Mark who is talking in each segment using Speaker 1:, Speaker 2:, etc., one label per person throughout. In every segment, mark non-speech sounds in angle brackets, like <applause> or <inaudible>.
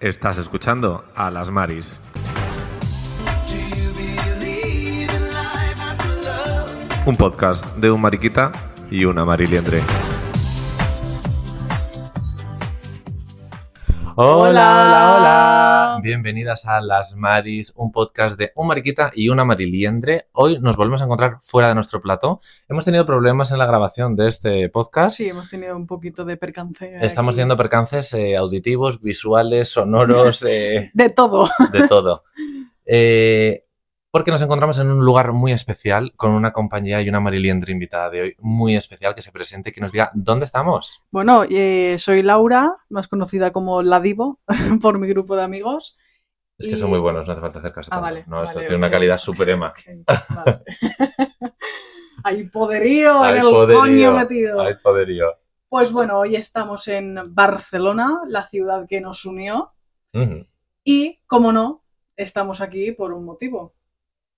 Speaker 1: Estás escuchando a las Maris. Un podcast de un mariquita y una mariliendre.
Speaker 2: Hola, hola,
Speaker 1: Bienvenidas a Las Maris, un podcast de un mariquita y una mariliendre. Hoy nos volvemos a encontrar fuera de nuestro plató. Hemos tenido problemas en la grabación de este podcast.
Speaker 2: Sí, hemos tenido un poquito de percance.
Speaker 1: Estamos
Speaker 2: aquí.
Speaker 1: teniendo percances eh, auditivos, visuales, sonoros, eh,
Speaker 2: De todo.
Speaker 1: de todo. Eh, porque nos encontramos en un lugar muy especial con una compañía y una mariliendre invitada de hoy muy especial que se presente y que nos diga dónde estamos.
Speaker 2: Bueno, eh, soy Laura, más conocida como La Divo <laughs> por mi grupo de amigos.
Speaker 1: Es que
Speaker 2: Y-
Speaker 1: son muy buenos, no hace falta acercarse.
Speaker 2: Ah,
Speaker 1: tanto.
Speaker 2: vale,
Speaker 1: No, esto
Speaker 2: vale,
Speaker 1: tiene una
Speaker 2: ok.
Speaker 1: calidad suprema.
Speaker 2: Vale.
Speaker 1: <laughs>
Speaker 2: Hay poderío
Speaker 1: Hay
Speaker 2: en el
Speaker 1: poderío,
Speaker 2: coño metido.
Speaker 1: Ay, poderío.
Speaker 2: Pues bueno, hoy estamos en Barcelona, la ciudad que nos unió.
Speaker 1: Ujú.
Speaker 2: Y, como no, estamos aquí por un motivo.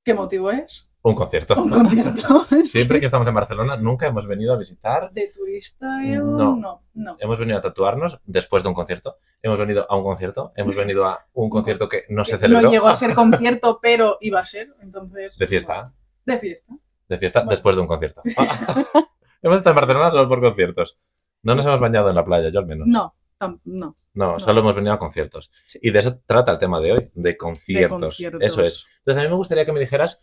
Speaker 2: ¿Qué
Speaker 1: <laughs>
Speaker 2: motivo es?
Speaker 1: Un concierto.
Speaker 2: Un concierto.
Speaker 1: Siempre que estamos en Barcelona, nunca hemos venido a visitar.
Speaker 2: ¿De turista? eh,
Speaker 1: No.
Speaker 2: no. no.
Speaker 1: Hemos venido a tatuarnos después de un concierto. Hemos venido a un concierto. Hemos venido a un concierto que no se celebró.
Speaker 2: Eh, No llegó a
Speaker 1: <laughs>
Speaker 2: ser concierto, pero iba a ser, entonces...
Speaker 1: De fiesta.
Speaker 2: De fiesta.
Speaker 1: De fiesta
Speaker 2: Bueno.
Speaker 1: después de un concierto. <laughs> hemos estado en Barcelona solo por conciertos. No nos hemos bañado en la playa, yo al menos.
Speaker 2: No, tam- no.
Speaker 1: No,
Speaker 2: no.
Speaker 1: solo hemos venido a conciertos.
Speaker 2: Sí.
Speaker 1: Y de eso trata el tema de hoy, de conciertos.
Speaker 2: conciertos.
Speaker 1: Eso es. Entonces, a mí me gustaría que me dijeras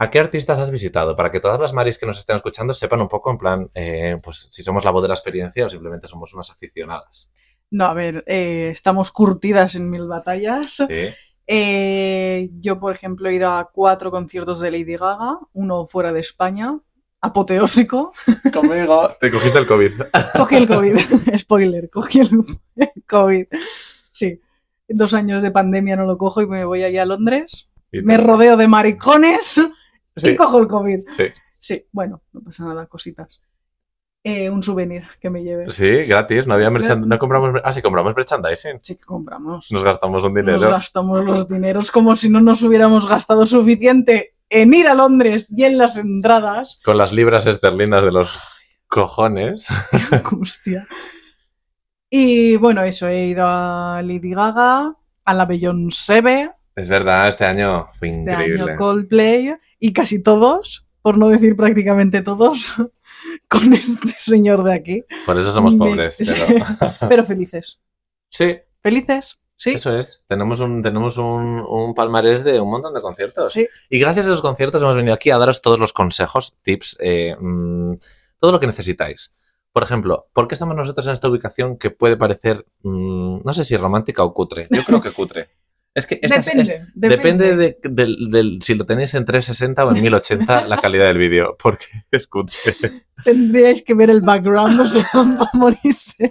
Speaker 1: a qué artistas has visitado, para que todas las maris que nos estén escuchando sepan un poco, en plan, eh, pues si somos la voz de la experiencia o simplemente somos unas aficionadas.
Speaker 2: No, a ver, eh, estamos curtidas en mil batallas.
Speaker 1: Sí.
Speaker 2: Eh, yo, por ejemplo, he ido a cuatro conciertos de Lady Gaga, uno fuera de España,
Speaker 1: <laughs>
Speaker 2: apoteósico.
Speaker 1: Conmigo. Te cogiste el COVID.
Speaker 2: Cogí el COVID, <laughs> spoiler, cogí el COVID. Sí, dos años de pandemia no lo cojo y me voy allá a Londres.
Speaker 1: Y
Speaker 2: <laughs> Me
Speaker 1: te-
Speaker 2: rodeo de maricones
Speaker 1: Sí.
Speaker 2: y <laughs> cojo el COVID.
Speaker 1: Sí.
Speaker 2: Sí, bueno, no pasa nada, cositas. Eh, un souvenir que me lleve.
Speaker 1: Sí, gratis. No había merchan- No compramos. Ah, sí, compramos merchandising.
Speaker 2: Sí que compramos.
Speaker 1: Nos gastamos un
Speaker 2: Nos
Speaker 1: dinero.
Speaker 2: gastamos los dineros como si no nos hubiéramos gastado suficiente en ir a Londres y en
Speaker 1: <laughs>
Speaker 2: las entradas.
Speaker 1: Con las libras esterlinas de los cojones.
Speaker 2: ¡Qué angustia! Y bueno, eso, he ido a Lady Gaga, a la Beyoncé,
Speaker 1: Es verdad, este año fue
Speaker 2: este
Speaker 1: increíble.
Speaker 2: año Coldplay, y casi todos, por no decir prácticamente todos, <laughs> con este señor de
Speaker 1: <laughs>
Speaker 2: aquí.
Speaker 1: Por eso somos
Speaker 2: Me- <laughs>
Speaker 1: pobres. Pero...
Speaker 2: Pero felices.
Speaker 1: Sí,
Speaker 2: ¿Felices? Sí.
Speaker 1: eso es. Tenemos un, tenemos un, un palmarés de un montón de conciertos.
Speaker 2: Sí.
Speaker 1: Y gracias a esos conciertos hemos venido aquí a daros todos los consejos, tips, eh, mm, todo lo que necesitáis. Por ejemplo, ¿por qué estamos nosotros en esta ubicación que puede parecer, mm, no sé si romántica o cutre? Yo creo que
Speaker 2: <laughs>
Speaker 1: cutre. Es que estas-
Speaker 2: Depende, depende.
Speaker 1: Depende de, del- del- si lo tenéis en 360 o en 1080 la calidad del vídeo, <laughs> porque es cutre.
Speaker 2: Tendríais que ver el background, o <laughs> sea, va a morirse.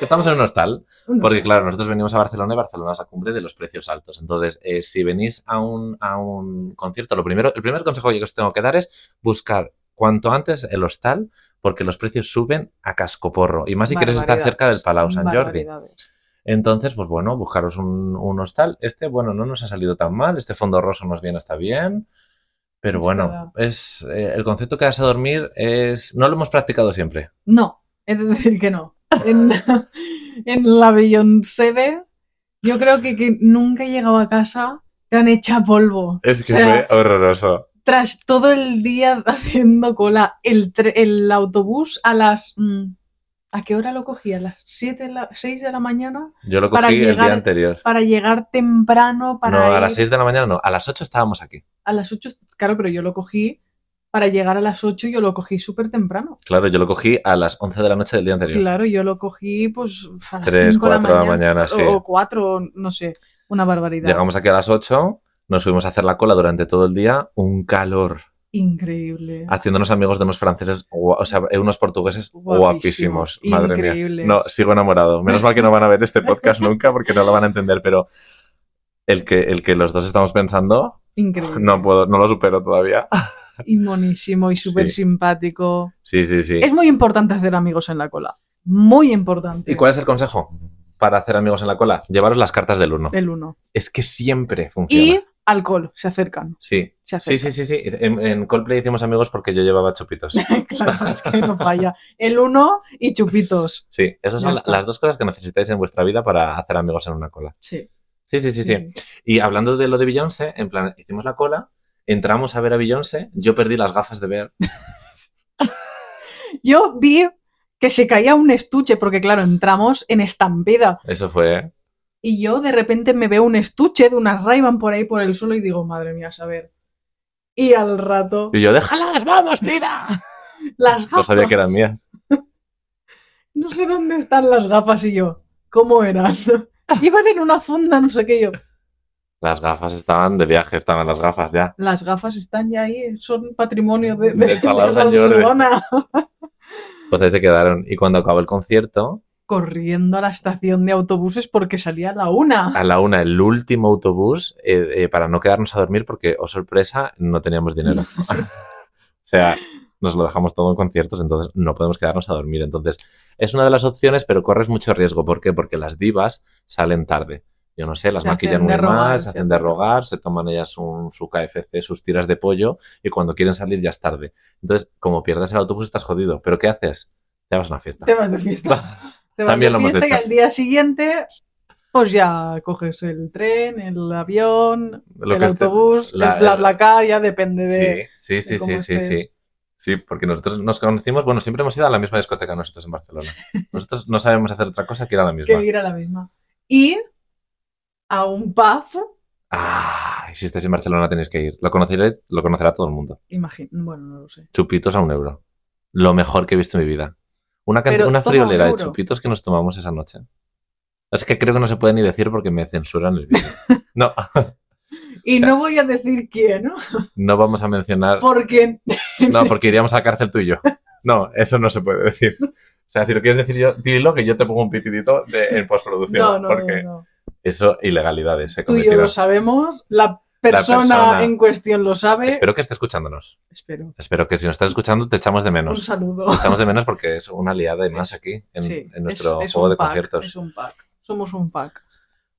Speaker 1: Estamos en un hostal,
Speaker 2: Uno.
Speaker 1: porque claro, nosotros venimos a Barcelona y Barcelona es la cumbre de los precios altos. Entonces, eh, si venís a un, a un concierto, lo primero, el primer consejo que os tengo que dar es buscar cuanto antes el hostal, porque los precios suben a cascoporro. Y más si quieres estar
Speaker 2: Barbaridades.
Speaker 1: cerca del Palau San Jordi.
Speaker 2: Barbaridades.
Speaker 1: Entonces, pues bueno, buscaros un, un hostal. Este, bueno, no nos ha salido tan mal. Este fondo roso nos viene hasta bien. Pero
Speaker 2: Nos
Speaker 1: bueno,
Speaker 2: queda.
Speaker 1: es eh, el concepto que vas a dormir es. No lo hemos practicado siempre.
Speaker 2: No, he de decir que no. En, <laughs> en la Beyoncé, yo creo que, que nunca he llegado a casa tan hecha polvo.
Speaker 1: Es
Speaker 2: que O sea-
Speaker 1: fue horroroso.
Speaker 2: Tras todo el día <laughs> haciendo cola, el, tre- el autobús a las... mm, ¿A qué hora lo cogí? ¿A las 7, de la- 6 de la mañana?
Speaker 1: Yo lo
Speaker 2: Para
Speaker 1: cogí el día
Speaker 2: llegar-
Speaker 1: anterior.
Speaker 2: Para llegar temprano, para
Speaker 1: no, a
Speaker 2: ir-
Speaker 1: las 6 de la mañana no, a las 8 estábamos aquí.
Speaker 2: a las 8, claro, pero yo lo cogí para llegar a las 8, yo lo cogí súper temprano.
Speaker 1: Claro, yo lo cogí a las 11 de la noche del día anterior.
Speaker 2: Claro, yo lo cogí pues a las
Speaker 1: 3,
Speaker 2: 5 de
Speaker 1: 4
Speaker 2: la
Speaker 1: de la
Speaker 2: mañana,
Speaker 1: mañana, sí.
Speaker 2: o 4, no sé, una barbaridad.
Speaker 1: Llegamos aquí a las 8, nos fuimos a hacer la cola durante todo el día, un calor.
Speaker 2: Increíble.
Speaker 1: haciéndonos amigos de unos franceses, gua- o sea, eh, unos portugueses
Speaker 2: Guapísimo,
Speaker 1: guapísimos. Madre mía.
Speaker 2: increíbles.
Speaker 1: No, sigo enamorado. Menos mal que no van a ver este
Speaker 2: <laughs>
Speaker 1: podcast nunca porque no lo van a entender, pero el que, el que los dos estamos pensando,
Speaker 2: Increíble.
Speaker 1: no puedo, no lo supero todavía.
Speaker 2: Y monísimo y súper
Speaker 1: Sí.
Speaker 2: simpático.
Speaker 1: Sí, sí, sí.
Speaker 2: Es muy importante hacer amigos en la cola. Muy importante.
Speaker 1: ¿Y cuál es el consejo para hacer amigos en la cola? Llevaros las cartas del uno.
Speaker 2: El uno.
Speaker 1: Es que siempre funciona.
Speaker 2: Y alcohol, se acercan.
Speaker 1: Sí.
Speaker 2: Se
Speaker 1: Sí,
Speaker 2: acercan.
Speaker 1: sí, sí, sí. En, en Coldplay hicimos amigos porque yo llevaba chupitos.
Speaker 2: <laughs> claro, es que no falla. El uno y chupitos.
Speaker 1: Sí, esas son
Speaker 2: Ya
Speaker 1: la-
Speaker 2: está.
Speaker 1: las dos cosas que necesitáis en vuestra vida para hacer amigos en una cola.
Speaker 2: Sí.
Speaker 1: Sí, sí, sí, sí. Y hablando de lo de Beyoncé, en plan, hicimos la cola, entramos a ver a Beyoncé, yo perdí las gafas de ver.
Speaker 2: Yo vi que se caía un estuche, porque claro, entramos en estampida.
Speaker 1: Eso fue. ¿eh?
Speaker 2: Y yo de repente me veo un estuche de unas ray por ahí por el suelo y digo, madre mía, a saber. Y al rato,
Speaker 1: Y yo, déjalas, vamos, <laughs> tira.
Speaker 2: las gafas.
Speaker 1: No sabía que eran mías.
Speaker 2: No sé dónde están las gafas y yo. ¿Cómo eran? <laughs> Iban en una funda, no sé qué yo.
Speaker 1: Las gafas estaban de viaje, estaban las gafas ya.
Speaker 2: Las gafas están ya ahí, son patrimonio de, de,
Speaker 1: De
Speaker 2: de
Speaker 1: Palau Sanjordi.
Speaker 2: Barcelona.
Speaker 1: Pues ahí se quedaron. Y cuando acabó el concierto,
Speaker 2: Corriendo a la estación de autobuses porque salía la una.
Speaker 1: a la una, el último autobús, eh, eh, para no quedarnos a dormir porque, oh sorpresa, no teníamos
Speaker 2: <laughs>
Speaker 1: dinero. o sea, nos lo dejamos todo en conciertos, entonces no podemos quedarnos a dormir. Entonces, es una de las opciones, pero corres mucho riesgo. ¿Por qué? Porque las divas salen tarde. Yo no sé, las
Speaker 2: Se
Speaker 1: maquillan
Speaker 2: hacen
Speaker 1: muy
Speaker 2: de rogar,
Speaker 1: mal, se
Speaker 2: se
Speaker 1: hacen de
Speaker 2: hacen-
Speaker 1: rogar, se toman ellas un- su KFC, sus tiras de pollo, y cuando quieren salir ya es tarde. Entonces, como pierdas el autobús, estás jodido. ¿Pero qué haces? Te vas a una fiesta.
Speaker 2: Te vas de fiesta. Te vas
Speaker 1: También
Speaker 2: de
Speaker 1: <laughs> lo hemos
Speaker 2: fiesta y
Speaker 1: hecho.
Speaker 2: al día siguiente, pues ya coges el tren, el avión,
Speaker 1: Lo
Speaker 2: el
Speaker 1: que esté-
Speaker 2: autobús,
Speaker 1: la-
Speaker 2: el bla bla car, ya depende de.
Speaker 1: Sí, sí, sí, sí,
Speaker 2: cómo
Speaker 1: sí,
Speaker 2: estés.
Speaker 1: sí. Sí, porque nosotros nos conocimos, bueno, siempre hemos ido a la misma discoteca nosotros en
Speaker 2: <laughs>
Speaker 1: Barcelona. Nosotros no sabemos hacer otra cosa que ir a la misma.
Speaker 2: que ir a la misma. Y a un pub,
Speaker 1: Ah, si estáis en Barcelona tenéis que ir. Lo conoceré, lo conocerá todo el mundo.
Speaker 2: imagino, bueno, no lo sé.
Speaker 1: Chupitos a un euro. Lo mejor que he visto en mi vida. Una, cant-
Speaker 2: Pero
Speaker 1: una
Speaker 2: todo a un
Speaker 1: friolera de
Speaker 2: euro.
Speaker 1: chupitos que nos tomamos esa noche. Es que creo que no se puede ni decir porque me censuran el
Speaker 2: <laughs>
Speaker 1: vídeo. No,
Speaker 2: Y
Speaker 1: O sea-
Speaker 2: no voy a decir
Speaker 1: <laughs>
Speaker 2: quién, ¿no?
Speaker 1: no vamos a mencionar.
Speaker 2: Porque
Speaker 1: No, porque iríamos a la cárcel tú y yo. No, eso no se puede decir. O sea, si lo quieres decir yo, dilo que yo te pongo un pitidito de- en postproducción.
Speaker 2: no, no,
Speaker 1: porque
Speaker 2: no, no.
Speaker 1: eso, ilegalidades. eh, Se
Speaker 2: Tú y yo
Speaker 1: cometieron.
Speaker 2: lo sabemos, la persona,
Speaker 1: persona-
Speaker 2: en cuestión lo sabe.
Speaker 1: Espero que esté escuchándonos.
Speaker 2: Espero.
Speaker 1: Espero que si nos estás escuchando te echamos de
Speaker 2: Un
Speaker 1: menos.
Speaker 2: saludo.
Speaker 1: Te echamos de menos porque es una liada de más aquí en,
Speaker 2: Sí,
Speaker 1: en
Speaker 2: es-
Speaker 1: nuestro
Speaker 2: es
Speaker 1: juego
Speaker 2: un
Speaker 1: de
Speaker 2: pack,
Speaker 1: conciertos.
Speaker 2: Es un pack. Somos un pack.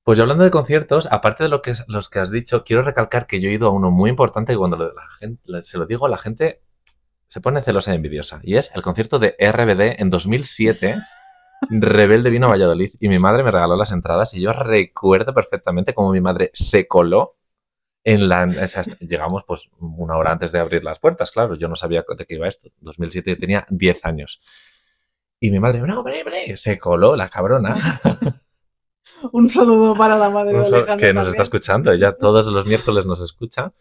Speaker 1: Pues yo hablando de conciertos, aparte de lo que, los que has dicho, quiero recalcar que yo he ido a uno muy importante que cuando lo- la gente, la- se lo digo, la gente se pone celosa y envidiosa. Y es el concierto de RBD en 2007. Rebelde vino a Valladolid y mi madre me regaló las entradas y yo recuerdo perfectamente cómo mi madre se coló en la... o sea, est- llegamos pues una hora antes de abrir las puertas, claro, yo no sabía de qué iba esto. 2007 yo tenía 10 años. Y mi madre, no, vení, vení", se coló la cabrona.
Speaker 2: Un saludo para la madre de
Speaker 1: Un saludo,
Speaker 2: Alejandro.
Speaker 1: que nos está
Speaker 2: también.
Speaker 1: escuchando, ella todos los miércoles nos escucha.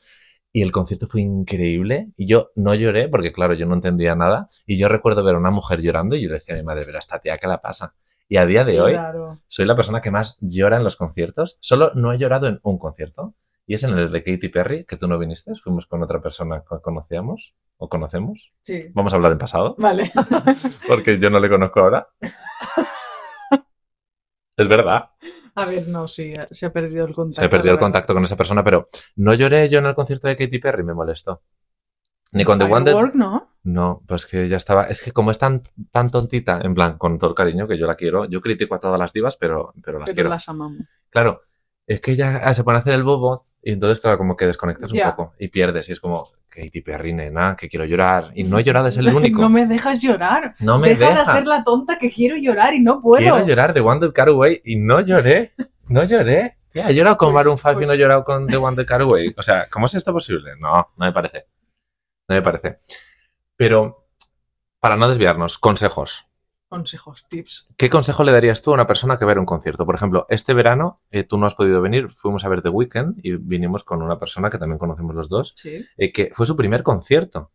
Speaker 1: Y el concierto fue increíble. Y yo no lloré, porque claro, yo no entendía nada. Y yo recuerdo ver a una mujer llorando y yo le decía a mi madre, pero a esta tía, ¿qué la pasa? Y a día de hoy
Speaker 2: Claro.
Speaker 1: soy la persona que más llora en los conciertos. Solo no he llorado en un concierto. Y es en el de Katy Perry, que tú no viniste. Fuimos con otra persona que conocíamos o conocemos.
Speaker 2: Sí.
Speaker 1: Vamos a hablar en pasado,
Speaker 2: Vale.
Speaker 1: porque yo no le conozco ahora. <laughs> Es verdad.
Speaker 2: A ver, no, sí, eh, se ha perdido el contacto.
Speaker 1: se ha perdido el
Speaker 2: la verdad.
Speaker 1: contacto con esa persona, pero no lloré yo en el concierto de Katy Perry, me molestó. Ni con The One That-
Speaker 2: Firework, ¿no?
Speaker 1: No, pues que ya estaba. Es que como es tan, tan tontita, en plan, con todo el cariño que yo la quiero, yo critico a todas las divas, pero, pero las
Speaker 2: Pero
Speaker 1: quiero.
Speaker 2: las amamos.
Speaker 1: Claro, es que ella ah, se pone a hacer el bobo y entonces, claro, como que desconectas un
Speaker 2: Ya.
Speaker 1: poco y pierdes. Y es como, Katy Perry, nena, que quiero llorar. Y
Speaker 2: <laughs>
Speaker 1: no he llorado, es el único.
Speaker 2: No
Speaker 1: no me,
Speaker 2: me dejas llorar.
Speaker 1: deja.
Speaker 2: Deja, de hacer la tonta que quiero llorar y no puedo.
Speaker 1: Quiero llorar de One That Car Away y no lloré. No lloré. Tía, he llorado con
Speaker 2: Pues-
Speaker 1: Maroon 5 y
Speaker 2: pues-
Speaker 1: no he llorado con The One That Car Away. O sea, ¿cómo es esto posible? No, no me parece. No me parece. Pero, para no desviarnos, consejos.
Speaker 2: Consejos, tips.
Speaker 1: ¿Qué consejo le darías tú a una persona que ver un concierto? Por ejemplo, este verano eh, tú no has podido venir, fuimos a ver The Weeknd y vinimos con una persona que también conocemos los dos,
Speaker 2: Sí.
Speaker 1: eh, que fue su primer concierto.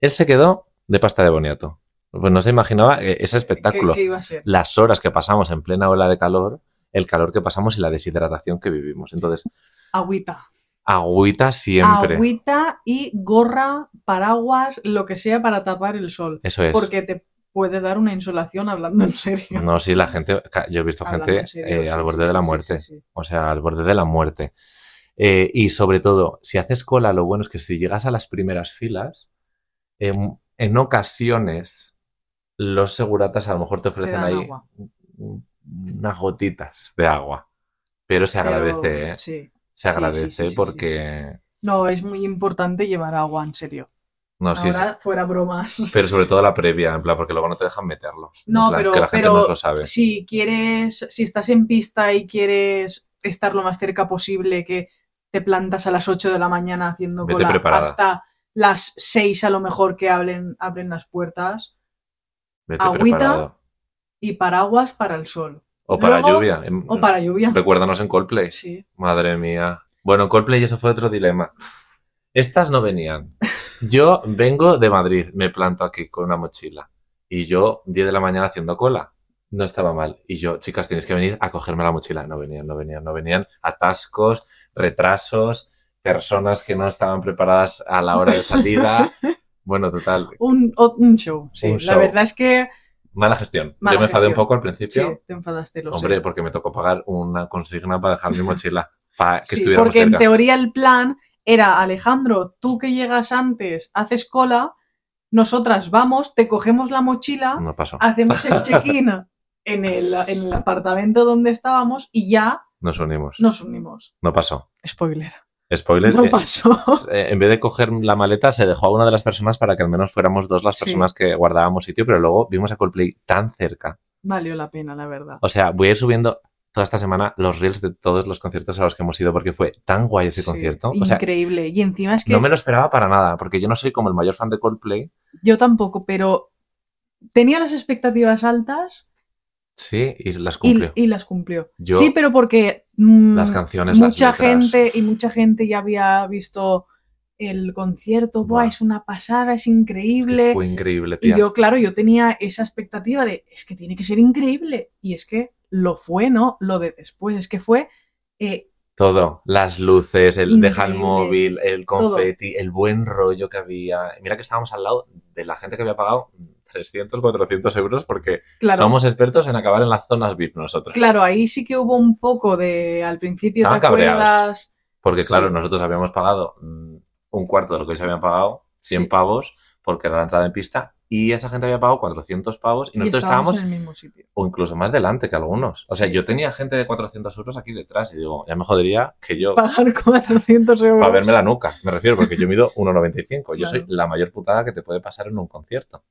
Speaker 1: Él se quedó de pasta de boniato. Pues no se imaginaba eh, ese espectáculo
Speaker 2: ¿Qué, qué iba a ser?
Speaker 1: las horas que pasamos en plena ola de calor, el calor que pasamos y la deshidratación que vivimos. Entonces,
Speaker 2: Agüita.
Speaker 1: agüita siempre.
Speaker 2: Agüita y gorra, paraguas, lo que sea para tapar el sol.
Speaker 1: Eso es.
Speaker 2: Porque <laughs> te puede dar una insolación hablando en serio.
Speaker 1: No, sí, la gente, ca- yo he visto
Speaker 2: Hablando
Speaker 1: gente
Speaker 2: en serio,
Speaker 1: eh,
Speaker 2: sí,
Speaker 1: al
Speaker 2: sí,
Speaker 1: borde de
Speaker 2: sí,
Speaker 1: la
Speaker 2: sí,
Speaker 1: muerte,
Speaker 2: sí, sí.
Speaker 1: o sea, al borde de la muerte. Eh, y sobre todo, si haces cola, lo bueno es que si llegas a las primeras filas, en, en ocasiones los seguratas a lo mejor te
Speaker 2: Te
Speaker 1: ofrecen
Speaker 2: dan
Speaker 1: ahí
Speaker 2: agua.
Speaker 1: un- unas gotitas de agua, pero se agradece,
Speaker 2: Pero,
Speaker 1: ¿eh?
Speaker 2: Sí.
Speaker 1: se
Speaker 2: Sí, sí, sí,
Speaker 1: agradece
Speaker 2: sí, sí.
Speaker 1: porque...
Speaker 2: No, es muy importante llevar agua, en serio.
Speaker 1: No, sí, sí.
Speaker 2: Ahora, fuera bromas.
Speaker 1: Pero sobre todo la previa, en plan, porque luego no te dejan meterlo. En
Speaker 2: <laughs> No,
Speaker 1: plan,
Speaker 2: pero-
Speaker 1: Que la gente
Speaker 2: pero-
Speaker 1: no lo sabe.
Speaker 2: Si quieres, si estás en pista y quieres estar lo más cerca posible, que te plantas a las 8 de la mañana haciendo
Speaker 1: Vete
Speaker 2: cola
Speaker 1: preparada.
Speaker 2: hasta las 6 a lo mejor que abren, abren las puertas
Speaker 1: Vete
Speaker 2: agüita.
Speaker 1: preparado.
Speaker 2: y paraguas para el sol
Speaker 1: O para
Speaker 2: Luego-
Speaker 1: lluvia. en-
Speaker 2: o para lluvia.
Speaker 1: Recuérdanos en Coldplay.
Speaker 2: Sí.
Speaker 1: Madre mía. Bueno, en Coldplay eso fue otro dilema. Estas no venían. Yo vengo de Madrid, me planto aquí con una mochila. Y yo, 10 de la mañana haciendo cola. No estaba mal. Y yo, chicas, tenéis que venir a cogerme la mochila. No venían, no venían, no venían. Atascos, retrasos, personas que no estaban preparadas a la hora de
Speaker 2: <laughs>
Speaker 1: salida. Bueno, total,
Speaker 2: Un, o- un show, sí.
Speaker 1: Un
Speaker 2: la
Speaker 1: show.
Speaker 2: verdad es que
Speaker 1: mala gestión.
Speaker 2: Mala
Speaker 1: yo me enfadé un
Speaker 2: gestión.
Speaker 1: poco al
Speaker 2: sí,
Speaker 1: principio.
Speaker 2: te enfadaste, lo sé.
Speaker 1: Hombre, porque me tocó pagar una consigna para dejar mi mochila. Para que
Speaker 2: Sí,
Speaker 1: estuviera
Speaker 2: porque en
Speaker 1: cerca.
Speaker 2: teoría el plan era, Alejandro, tú que llegas antes, haces cola, nosotras vamos, te cogemos la mochila
Speaker 1: No pasó. <laughs>
Speaker 2: hacemos el check-in en el, en el apartamento donde estábamos y ya
Speaker 1: Nos unimos.
Speaker 2: nos unimos.
Speaker 1: No pasó.
Speaker 2: Spoiler.
Speaker 1: Spoiler.
Speaker 2: No
Speaker 1: eh,
Speaker 2: pasó. <laughs>
Speaker 1: eh, en vez de coger la maleta, se dejó a una de las personas para que al menos fuéramos dos las
Speaker 2: Sí.
Speaker 1: personas que guardábamos sitio, pero luego vimos a Coldplay tan cerca.
Speaker 2: Valió la pena, la verdad.
Speaker 1: O sea, voy a ir subiendo toda esta semana los reels de todos los conciertos a los que hemos ido porque fue tan guay ese
Speaker 2: Sí,
Speaker 1: concierto. O sea,
Speaker 2: Increíble. Y encima es que
Speaker 1: no me lo esperaba para nada, porque yo no soy como el mayor fan de Coldplay.
Speaker 2: yo tampoco, pero tenía las expectativas altas
Speaker 1: Sí, y las
Speaker 2: y,
Speaker 1: cumplió.
Speaker 2: y las cumplió.
Speaker 1: Yo-
Speaker 2: sí, pero porque mm,
Speaker 1: las canciones,
Speaker 2: mucha
Speaker 1: las letras.
Speaker 2: gente y mucha gente ya había visto el concierto. Buah,
Speaker 1: Buah.
Speaker 2: es una pasada, es
Speaker 1: Es que
Speaker 2: increíble.
Speaker 1: fue increíble,
Speaker 2: Y
Speaker 1: tía.
Speaker 2: yo, claro, yo tenía esa expectativa de, es que tiene que ser increíble. Y es que lo fue, ¿no? Lo de después, es que fue... eh,
Speaker 1: Todo, las luces, el deja el
Speaker 2: Increíble.
Speaker 1: móvil, el
Speaker 2: Todo.
Speaker 1: confeti, el buen rollo que había. Mira que estábamos al lado de la gente que había pagado 300, 400 euros porque
Speaker 2: claro,
Speaker 1: somos expertos en acabar en las zonas VIP nosotros.
Speaker 2: claro, ahí sí que hubo un poco de, al principio, ¿te
Speaker 1: Estaban cabreados.
Speaker 2: acuerdas?
Speaker 1: Porque claro,
Speaker 2: Sí.
Speaker 1: nosotros habíamos pagado mm, un cuarto de lo que ellos habían pagado, 100
Speaker 2: Sí.
Speaker 1: pavos, porque era la entrada en pista, y esa gente había pagado 400 pavos y
Speaker 2: Y
Speaker 1: nosotros estábamos,
Speaker 2: en el mismo sitio.
Speaker 1: o incluso más delante que algunos. O sea,
Speaker 2: Sí.
Speaker 1: yo tenía gente de 400 euros aquí detrás y digo, ya me jodería que yo...
Speaker 2: Pagar <laughs> 400 euros.
Speaker 1: Para verme la nuca, me refiero, porque yo mido 1,95. Yo soy
Speaker 2: Claro.
Speaker 1: la mayor putada que te puede pasar en un concierto.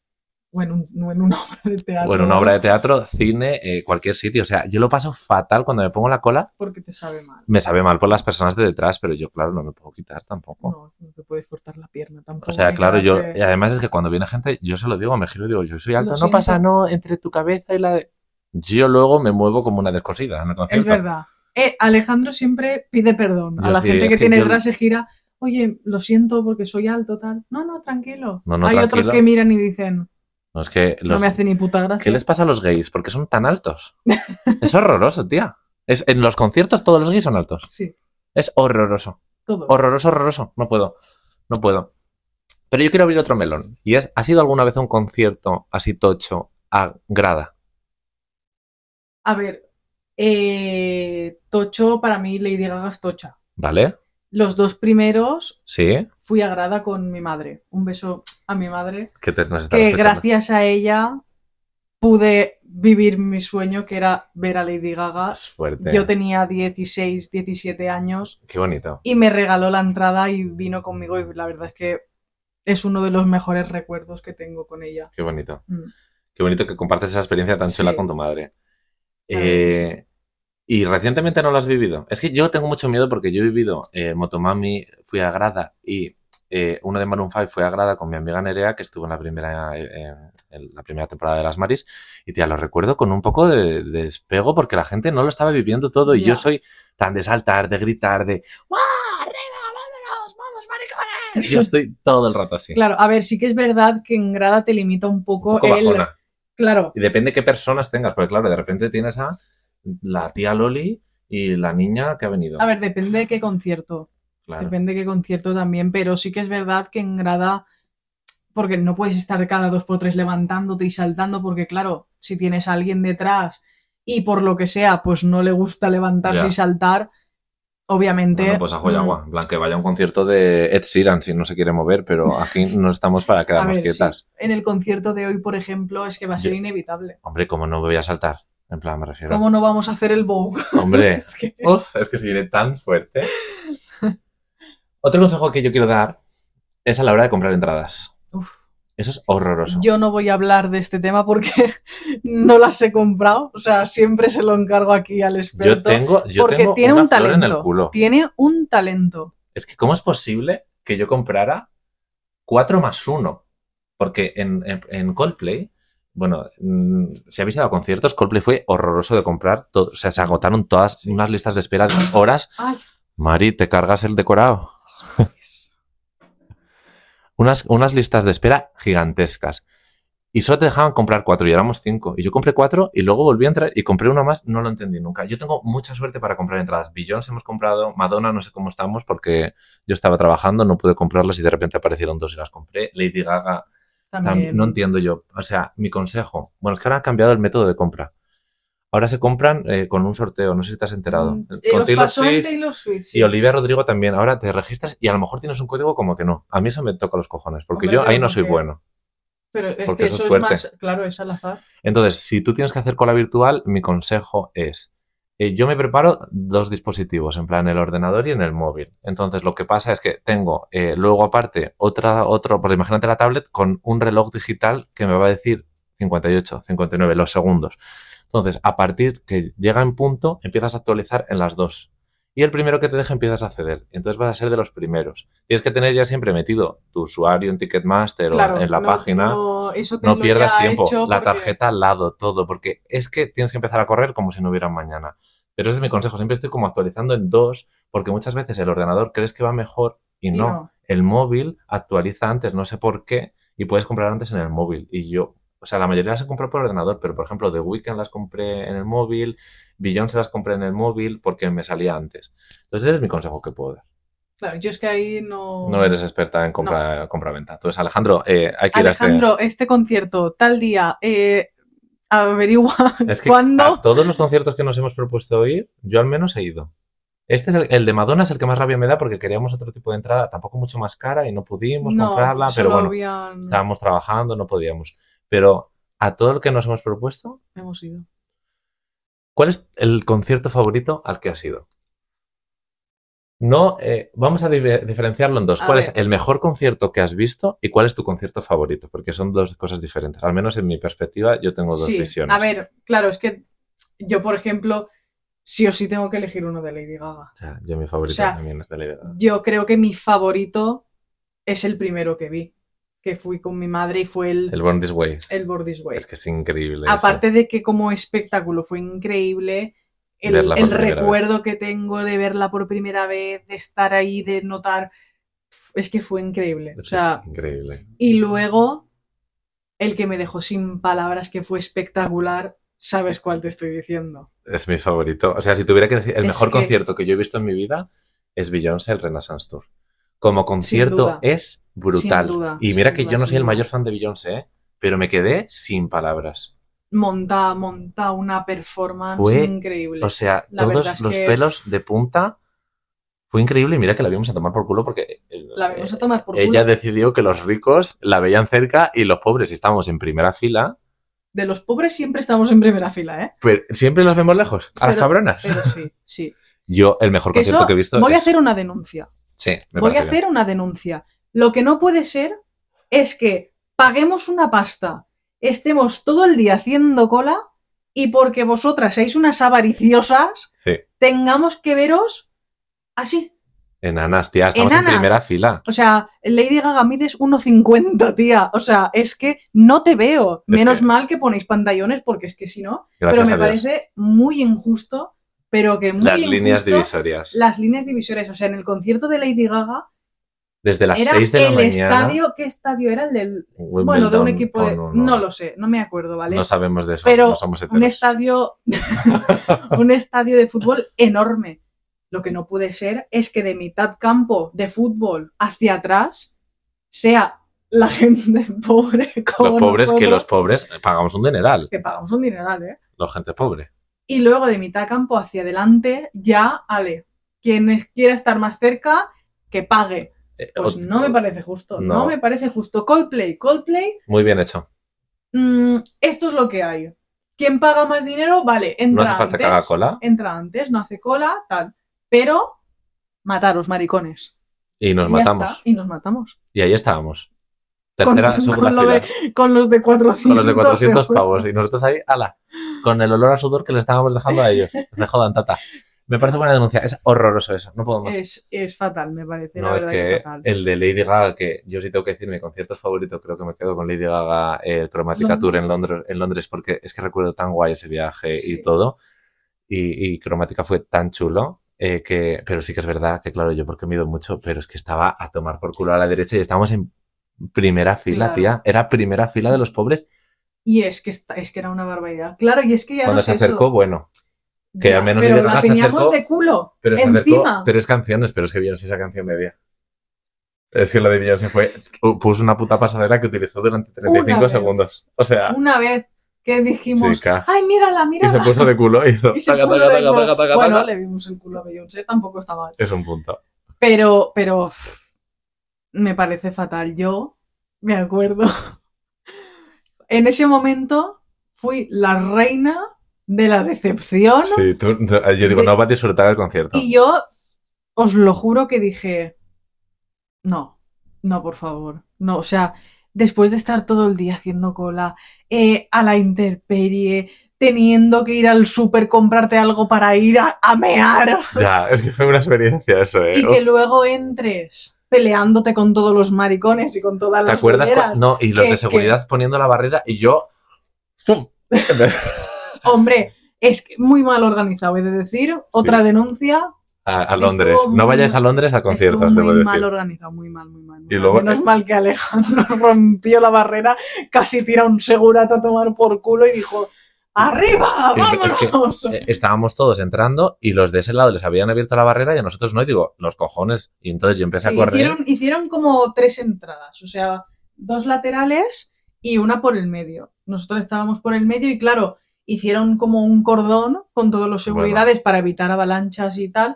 Speaker 2: O en, un- o en una obra de teatro.
Speaker 1: O en una obra de teatro, cine, eh, cualquier sitio. O sea, yo lo paso fatal cuando me pongo la cola.
Speaker 2: Porque te sabe mal.
Speaker 1: Me sabe mal por las personas de detrás, pero yo, claro, no me puedo quitar tampoco.
Speaker 2: No, no te puedes cortar la pierna tampoco.
Speaker 1: Oh. O sea, claro, yo.
Speaker 2: Imagínate.
Speaker 1: Y además es que cuando viene gente, yo se lo digo, me giro y digo, yo soy alto,
Speaker 2: Lo
Speaker 1: no pasa,
Speaker 2: siento.
Speaker 1: no, entre tu cabeza y la de. Yo luego me muevo como una descosida en el
Speaker 2: Es
Speaker 1: concierto.
Speaker 2: verdad. Eh, Alejandro siempre pide perdón a
Speaker 1: Yo
Speaker 2: la
Speaker 1: sí,
Speaker 2: gente
Speaker 1: es
Speaker 2: que,
Speaker 1: que
Speaker 2: tiene
Speaker 1: yo-
Speaker 2: detrás, se gira. Oye, lo siento porque soy alto, tal. No, no, tranquilo.
Speaker 1: No, no,
Speaker 2: Hay otros
Speaker 1: tranquilo.
Speaker 2: que miran y dicen,
Speaker 1: No, es que
Speaker 2: no
Speaker 1: los-
Speaker 2: me hace ni puta gracia.
Speaker 1: ¿Qué les pasa a los gays? Porque son tan altos.
Speaker 2: <laughs>
Speaker 1: Es horroroso, tía. Es, en los conciertos todos los gays son altos.
Speaker 2: Sí,
Speaker 1: Es horroroso.
Speaker 2: todo.
Speaker 1: Horroroso, horroroso. No puedo. No puedo. Pero yo quiero abrir otro melón. Y es, ¿has ido alguna vez a un concierto así tocho a grada?
Speaker 2: A ver, eh, Tocho, para mí Lady Gaga es Tocha.
Speaker 1: ¿Vale?
Speaker 2: Los dos primeros
Speaker 1: Sí.
Speaker 2: fui a Grada con mi madre. Un beso a mi madre.
Speaker 1: Que te nos están
Speaker 2: Que
Speaker 1: escuchando.
Speaker 2: gracias a ella pude vivir mi sueño, que era ver a Lady Gaga.
Speaker 1: Es fuerte.
Speaker 2: Yo tenía 16, 17 años.
Speaker 1: Qué bonito.
Speaker 2: y me regaló la entrada y vino conmigo y la verdad es que es uno de los mejores recuerdos que tengo con ella.
Speaker 1: Qué bonito.
Speaker 2: Mm.
Speaker 1: Qué bonito que compartes esa experiencia tan
Speaker 2: Sí.
Speaker 1: chula con tu madre.
Speaker 2: La verdad que
Speaker 1: Eh, y recientemente no lo has vivido. Es que yo tengo mucho miedo porque yo he vivido eh, Motomami, fui a Grada y eh, uno de Maroon 5 fue a Grada con mi amiga Nerea, que estuvo en la primera, eh, eh, en la primera temporada de Las Maris. Y tía, lo recuerdo con un poco de, de despego porque la gente no lo estaba viviendo todo y
Speaker 2: Ya.
Speaker 1: yo soy tan de saltar, de gritar, de ¡guau! ¡Arriba! ¡Vámonos! ¡Vamos, maricones!
Speaker 2: <laughs>
Speaker 1: Yo estoy todo el rato así.
Speaker 2: Claro, a ver, sí que es verdad que en grada te limita un poco,
Speaker 1: Un poco
Speaker 2: el...
Speaker 1: bajona.
Speaker 2: Claro,
Speaker 1: Y depende qué personas tengas, porque claro, de repente tienes a la tía Loli y la niña que ha venido.
Speaker 2: a ver, depende de qué concierto,
Speaker 1: Claro.
Speaker 2: depende de qué concierto también, pero sí que es verdad que en grada, porque no puedes estar cada dos por tres levantándote y saltando, porque claro, si tienes a alguien detrás y por lo que sea, pues no le gusta levantarse
Speaker 1: Ya.
Speaker 2: y saltar, obviamente...
Speaker 1: Bueno, pues a
Speaker 2: mm,
Speaker 1: Joyagua, en plan que vaya a un concierto de Ed Sheeran si no se quiere mover, pero aquí no estamos para
Speaker 2: <laughs> A
Speaker 1: quedarnos
Speaker 2: ver, sí.
Speaker 1: quietas.
Speaker 2: En el concierto de hoy, por ejemplo, es que va a ser
Speaker 1: Yo-
Speaker 2: inevitable.
Speaker 1: Hombre, ¿cómo no me voy a saltar? En plan, me refiero.
Speaker 2: ¿Cómo no vamos a hacer el bow? <laughs>
Speaker 1: Hombre,
Speaker 2: Es que-
Speaker 1: uf, es que se viene tan fuerte. Otro consejo que yo quiero dar es a la hora de comprar entradas.
Speaker 2: Uf.
Speaker 1: Eso es horroroso.
Speaker 2: Yo no voy a hablar de este tema porque <laughs> no las he comprado. O sea, siempre se lo encargo aquí al experto.
Speaker 1: Yo tengo, yo
Speaker 2: porque
Speaker 1: tengo
Speaker 2: tiene
Speaker 1: una
Speaker 2: un
Speaker 1: flor
Speaker 2: talento.
Speaker 1: en el culo.
Speaker 2: Tiene un talento.
Speaker 1: Es que, ¿cómo es posible que yo comprara 4 más 1? Porque en, en- en Coldplay, bueno, mm, si habéis ido a conciertos, Coldplay fue horroroso de comprar. todo- o sea, se agotaron todas unas listas de espera de horas.
Speaker 2: Ay.
Speaker 1: Mari, te cargas el decorado. <laughs> Unas, unas listas de espera gigantescas. Y solo te dejaban comprar cuatro y éramos cinco. Y yo compré cuatro y luego volví a entrar y compré una más. No lo entendí nunca. Yo tengo mucha suerte para comprar entradas. Billions hemos comprado. Madonna no sé cómo estamos porque yo estaba trabajando, no pude comprarlas y de repente aparecieron dos y las compré. Lady Gaga
Speaker 2: También.
Speaker 1: Tam- No entiendo yo. O sea, mi consejo. Bueno, es que ahora han cambiado el método de compra. Ahora se compran eh, con un sorteo. No sé si te has enterado.
Speaker 2: Mm,
Speaker 1: Con
Speaker 2: eh, los
Speaker 1: Taylor
Speaker 2: pasó en
Speaker 1: Swift
Speaker 2: Taylor Swift, sí.
Speaker 1: y Olivia Rodrigo también. Ahora te registras y a lo mejor tienes un código como que no. A mí eso me toca los cojones porque
Speaker 2: Hombre,
Speaker 1: yo
Speaker 2: pero
Speaker 1: ahí no soy
Speaker 2: porque-
Speaker 1: bueno.
Speaker 2: Pero es
Speaker 1: porque
Speaker 2: que
Speaker 1: eso es
Speaker 2: eso es
Speaker 1: suerte.
Speaker 2: más. Claro, es al azar.
Speaker 1: Entonces, si tú tienes que hacer cola virtual, mi consejo es, eh, yo me preparo dos dispositivos, en plan el ordenador y en el móvil. Entonces, lo que pasa es que tengo eh, luego aparte otra, otro, por imagínate la tablet con un reloj digital que me va a decir 58, 59, los segundos. Entonces, a partir que llega en punto, empiezas a actualizar en las dos. Y el primero que te deje empiezas a acceder. Entonces vas a ser de los primeros. Tienes que tener ya siempre metido tu usuario en Ticketmaster
Speaker 2: Claro,
Speaker 1: o en la
Speaker 2: no-
Speaker 1: página
Speaker 2: no- eso te
Speaker 1: no
Speaker 2: lo
Speaker 1: pierdas
Speaker 2: ya he
Speaker 1: tiempo.
Speaker 2: hecho
Speaker 1: La
Speaker 2: porque-
Speaker 1: tarjeta al lado, todo, porque es que tienes que empezar a correr como si no hubiera un mañana. Pero ese es mi consejo. Siempre estoy como actualizando en dos, porque muchas veces el ordenador crees que va mejor y
Speaker 2: y
Speaker 1: no. El móvil actualiza antes, no sé por qué, y puedes comprar antes en el móvil. Y yo, o sea, la mayoría las he comprado por ordenador, pero por ejemplo, The Weeknd las compré en el móvil, Beyoncé las compré en el móvil porque me salía antes. Entonces, ese es mi consejo que puedo dar.
Speaker 2: Claro, yo es que ahí no.
Speaker 1: No eres experta en compra- compra-venta. Entonces, Alejandro, eh, hay que ir a este-
Speaker 2: Alejandro, este concierto, tal día, eh, averigua
Speaker 1: Es que
Speaker 2: cuándo.
Speaker 1: a todos los conciertos que nos hemos propuesto ir, yo al menos he ido. Este es el, el de Madonna, es el que más rabia me da porque queríamos otro tipo de entrada, tampoco mucho más cara y no pudimos
Speaker 2: no,
Speaker 1: comprarla, pero
Speaker 2: solo
Speaker 1: bueno,
Speaker 2: habían-
Speaker 1: estábamos trabajando, no podíamos. Pero a todo lo que nos hemos propuesto,
Speaker 2: hemos ido.
Speaker 1: ¿cuál es el concierto favorito al que has ido? No, eh, vamos a dive- diferenciarlo en dos.
Speaker 2: A
Speaker 1: ¿Cuál
Speaker 2: ver.
Speaker 1: es el mejor concierto que has visto y cuál es tu concierto favorito? Porque son dos cosas diferentes. Al menos en mi perspectiva, yo tengo dos
Speaker 2: sí,
Speaker 1: visiones.
Speaker 2: a ver, claro, es que yo, por ejemplo, sí o sí tengo que elegir uno de Lady Gaga.
Speaker 1: O sea, yo mi favorito
Speaker 2: O sea,
Speaker 1: también es de Lady Gaga.
Speaker 2: Yo creo que mi favorito es el primero que vi, que fui con mi madre y fue el, el,
Speaker 1: El Born This Way.
Speaker 2: Born This Way.
Speaker 1: Es que es increíble. eso.
Speaker 2: Aparte de que como espectáculo fue increíble, el,
Speaker 1: Verla por
Speaker 2: el
Speaker 1: primera
Speaker 2: recuerdo que tengo de verla por primera vez, de estar ahí, de notar, es que fue increíble.
Speaker 1: Es
Speaker 2: O
Speaker 1: que
Speaker 2: sea,
Speaker 1: es increíble.
Speaker 2: y luego el que me dejó sin palabras, que fue espectacular, sabes cuál te estoy diciendo.
Speaker 1: Es mi favorito. O sea, si tuviera que decir, el
Speaker 2: Es
Speaker 1: mejor
Speaker 2: que-
Speaker 1: concierto que yo he visto en mi vida es Beyoncé, el Renaissance Tour. Como concierto
Speaker 2: duda.
Speaker 1: es brutal.
Speaker 2: Sin duda,
Speaker 1: y mira
Speaker 2: sin
Speaker 1: que
Speaker 2: duda,
Speaker 1: yo no
Speaker 2: sin
Speaker 1: soy el
Speaker 2: duda.
Speaker 1: mayor fan de Beyoncé, ¿eh? pero me quedé sin palabras.
Speaker 2: Monta, monta una performance
Speaker 1: Fue-
Speaker 2: increíble.
Speaker 1: O sea,
Speaker 2: La verdad
Speaker 1: todos
Speaker 2: es
Speaker 1: los
Speaker 2: que-
Speaker 1: pelos de punta. Fue increíble y mira que la vimos a tomar por culo porque eh,
Speaker 2: la vamos a tomar por culo.
Speaker 1: ella decidió que los ricos la veían cerca y los pobres, si estábamos en primera fila,
Speaker 2: De los pobres siempre estamos en primera fila, ¿eh?
Speaker 1: pero siempre los vemos lejos, a las
Speaker 2: Pero-
Speaker 1: cabronas.
Speaker 2: Pero sí,
Speaker 1: <laughs>
Speaker 2: sí.
Speaker 1: Yo, el mejor
Speaker 2: Que
Speaker 1: concierto
Speaker 2: eso-
Speaker 1: que he visto.
Speaker 2: Voy a
Speaker 1: es-
Speaker 2: hacer una denuncia.
Speaker 1: Sí, me
Speaker 2: Voy a
Speaker 1: parece bien.
Speaker 2: hacer una denuncia. Lo que no puede ser es que paguemos una pasta, estemos todo el día haciendo cola y porque vosotras seáis unas avariciosas,
Speaker 1: Sí.
Speaker 2: tengamos que veros así.
Speaker 1: Enanas, tía, estamos
Speaker 2: Enanas.
Speaker 1: en primera fila.
Speaker 2: O sea, Lady Gaga mides 1,50, tía. O sea, es que no te veo. Menos
Speaker 1: que-
Speaker 2: mal que ponéis pantallones porque es que si no... Pero
Speaker 1: Gracias
Speaker 2: me
Speaker 1: a Dios.
Speaker 2: parece muy injusto, pero que muy
Speaker 1: Las líneas
Speaker 2: injusto
Speaker 1: divisorias.
Speaker 2: las líneas divisorias. O sea, en el concierto de Lady Gaga
Speaker 1: Desde las
Speaker 2: era
Speaker 1: 6 de la
Speaker 2: el
Speaker 1: mañana. Pues
Speaker 2: estadio, ¿qué estadio era? El del...
Speaker 1: Wimbledon, oh,
Speaker 2: Bueno, de un equipo de...
Speaker 1: con uno-
Speaker 2: No lo sé, no me acuerdo, ¿vale?
Speaker 1: No sabemos de eso.
Speaker 2: Pero
Speaker 1: no somos
Speaker 2: un
Speaker 1: heteros.
Speaker 2: estadio... <laughs> un estadio de fútbol enorme. Lo que no puede ser es que de mitad campo de fútbol hacia atrás sea la <laughs> gente pobre como
Speaker 1: Los pobres, que los
Speaker 2: nosotros,
Speaker 1: pobres pagamos un dineral.
Speaker 2: que pagamos un dineral, ¿eh?
Speaker 1: La gente pobre.
Speaker 2: y luego de mitad campo hacia adelante, ya, ale, quien es- quiera estar más cerca, que pague.
Speaker 1: Eh,
Speaker 2: Pues
Speaker 1: ot-
Speaker 2: no me parece justo, no,
Speaker 1: no.
Speaker 2: me parece justo. Coldplay, Coldplay,
Speaker 1: Muy bien hecho.
Speaker 2: mm, esto es lo que hay. ¿Quién paga más dinero? Vale, entra
Speaker 1: No hace falta que haga
Speaker 2: antes.
Speaker 1: cola
Speaker 2: Entra antes, no hace cola, tal. Pero mataros, maricones.
Speaker 1: y nos
Speaker 2: Y ya
Speaker 1: matamos.
Speaker 2: está, y nos matamos.
Speaker 1: Y ahí estábamos. Tercera,
Speaker 2: <laughs> con,
Speaker 1: segunda
Speaker 2: con lo
Speaker 1: fila.
Speaker 2: de, con los de 400.
Speaker 1: con los de 400
Speaker 2: euros.
Speaker 1: pavos. Y nosotros ahí, ala, con el olor a sudor que le estábamos dejando a ellos. Les de jodan, tata. Me parece buena denuncia. Es horroroso eso. No podemos.
Speaker 2: Es, es fatal, me parece. Eh, la
Speaker 1: no, es
Speaker 2: verdad que
Speaker 1: que
Speaker 2: fatal.
Speaker 1: el de Lady Gaga, que yo sí tengo que decir, mi concierto favorito, creo que me quedo con Lady Gaga, el Chromatica
Speaker 2: Londres.
Speaker 1: Tour en Londres, en Londres, porque es que recuerdo tan guay ese viaje
Speaker 2: Sí.
Speaker 1: y todo. Y, y Chromatica fue tan chulo. eh, que, pero sí que es verdad que, claro, yo porque mido mucho, pero es que estaba a tomar por culo a la derecha y estábamos en primera fila,
Speaker 2: Claro.
Speaker 1: tía. Era primera fila de los pobres
Speaker 2: Y es que, esta- es que era una barbaridad. Claro, y es que ya
Speaker 1: Cuando
Speaker 2: no
Speaker 1: se
Speaker 2: sé
Speaker 1: acercó,
Speaker 2: eso.
Speaker 1: bueno. que
Speaker 2: Ya,
Speaker 1: al menos
Speaker 2: pero
Speaker 1: Lady Gaga
Speaker 2: la
Speaker 1: se
Speaker 2: teníamos
Speaker 1: acercó,
Speaker 2: de culo.
Speaker 1: Pero se
Speaker 2: encima.
Speaker 1: acercó tres canciones, pero es que Beyoncé esa canción media. Es que la de Beyoncé fue. pu- Puso una puta pasarela que utilizó durante 35
Speaker 2: Una vez.
Speaker 1: segundos. O sea,
Speaker 2: Una vez que dijimos,
Speaker 1: chica.
Speaker 2: ay, mírala,
Speaker 1: Y se
Speaker 2: mírala.
Speaker 1: puso de culo y hizo.
Speaker 2: <laughs> Y se
Speaker 1: taca,
Speaker 2: puso
Speaker 1: taca,
Speaker 2: de
Speaker 1: taca,
Speaker 2: culo.
Speaker 1: taca, taca,
Speaker 2: bueno,
Speaker 1: taca.
Speaker 2: le vimos el culo a Beyoncé, tampoco está mal.
Speaker 1: Es un punto.
Speaker 2: Pero, pero pff, me parece fatal. Yo me acuerdo. <laughs> En ese momento fui la reina de la decepción
Speaker 1: Sí, tú- tú- yo digo,
Speaker 2: De-
Speaker 1: no vas a disfrutar el concierto.
Speaker 2: y yo os lo juro que dije, no, no, por favor, no, o sea, después de estar todo el día haciendo cola, eh, a la intemperie, teniendo que ir al súper, comprarte algo para ir a, a mear.
Speaker 1: Ya, es que fue una experiencia eso, ¿eh?
Speaker 2: Y
Speaker 1: Uf,
Speaker 2: que luego entres peleándote con todos los maricones y con todas
Speaker 1: ¿Te
Speaker 2: las
Speaker 1: acuerdas? cua-
Speaker 2: culeras.
Speaker 1: No, y los
Speaker 2: que-
Speaker 1: de seguridad poniendo la barrera y yo. ¡Fum!
Speaker 2: Hombre, es que muy mal organizado, he de decir. Otra denuncia.
Speaker 1: A, a Londres.
Speaker 2: Estuvo muy-
Speaker 1: No vayáis a Londres a conciertos,
Speaker 2: estuvo
Speaker 1: debo
Speaker 2: muy
Speaker 1: decir.
Speaker 2: mal organizado, muy mal, muy mal. muy
Speaker 1: Y
Speaker 2: mal.
Speaker 1: luego-
Speaker 2: Menos mal que Alejandro <laughs> rompió la barrera, casi tira un segurata a tomar por culo y dijo, ¡Arriba!
Speaker 1: Es- es que-
Speaker 2: ¡Vámonos!
Speaker 1: Eh, estábamos todos entrando y los de ese lado les habían abierto la barrera y a nosotros no. Y digo, los cojones. Y entonces yo empecé
Speaker 2: Sí,
Speaker 1: a correr.
Speaker 2: Hicieron, hicieron como tres entradas, o sea, dos laterales y una por el medio. Nosotros estábamos por el medio y claro, hicieron como un cordón con todos los
Speaker 1: Bueno.
Speaker 2: seguridades para evitar avalanchas y tal,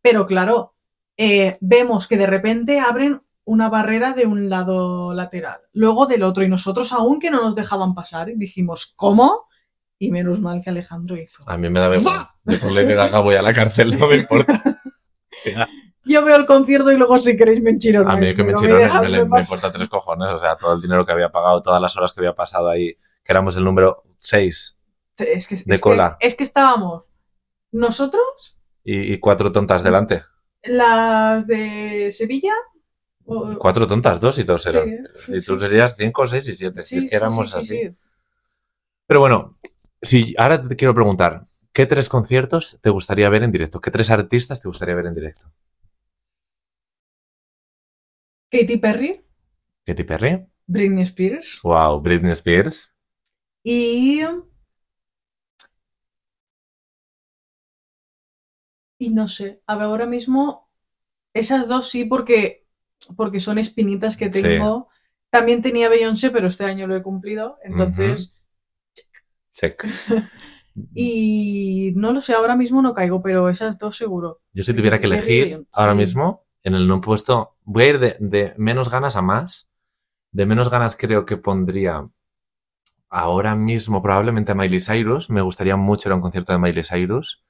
Speaker 2: pero claro, eh, vemos que de repente abren una barrera de un lado lateral, luego del otro y nosotros aún que no nos dejaban pasar, dijimos, ¿cómo? Y menos mal que Alejandro hizo.
Speaker 1: A mí me daba igual. Yo con Lady Gaga voy a la cárcel, no me
Speaker 2: <laughs>
Speaker 1: importa.
Speaker 2: Yo veo el concierto y luego si queréis me enchironéis,
Speaker 1: A mí que me
Speaker 2: pero
Speaker 1: chirone me,
Speaker 2: dejadme
Speaker 1: le- me
Speaker 2: pasar.
Speaker 1: importa tres cojones. O sea, todo el dinero que había pagado, todas las horas que había pasado ahí, que éramos el número 6
Speaker 2: Es que, es
Speaker 1: De
Speaker 2: que-
Speaker 1: cola.
Speaker 2: es que estábamos nosotros,
Speaker 1: y, y cuatro tontas delante.
Speaker 2: las de Sevilla. o-
Speaker 1: Cuatro tontas, dos y dos
Speaker 2: sí,
Speaker 1: eran.
Speaker 2: sí,
Speaker 1: Y tú
Speaker 2: sí.
Speaker 1: serías cinco, seis y siete. si
Speaker 2: Sí,
Speaker 1: es que
Speaker 2: sí,
Speaker 1: éramos
Speaker 2: sí,
Speaker 1: así.
Speaker 2: sí, sí.
Speaker 1: Pero bueno, si ahora te quiero preguntar, ¿qué tres conciertos te gustaría ver en directo? ¿Qué tres artistas te gustaría ver en directo?
Speaker 2: Katy Perry,
Speaker 1: Katy Perry.
Speaker 2: Britney Spears
Speaker 1: Wow, Britney Spears.
Speaker 2: y. Y no sé, a ver, ahora mismo esas dos sí, porque, porque son espinitas que
Speaker 1: Sí.
Speaker 2: tengo. También tenía Beyoncé, pero este año lo he cumplido. Entonces,
Speaker 1: Check.
Speaker 2: Y no lo sé, ahora mismo no caigo, pero esas dos seguro.
Speaker 1: Yo si tuviera que
Speaker 2: Katy Perry y
Speaker 1: elegir
Speaker 2: Beyoncé.
Speaker 1: ahora mismo, en el no puesto, voy a ir de, de menos ganas a más. De menos ganas creo que pondría ahora mismo probablemente a Miley Cyrus. Me gustaría mucho ir a un concierto de Miley Cyrus.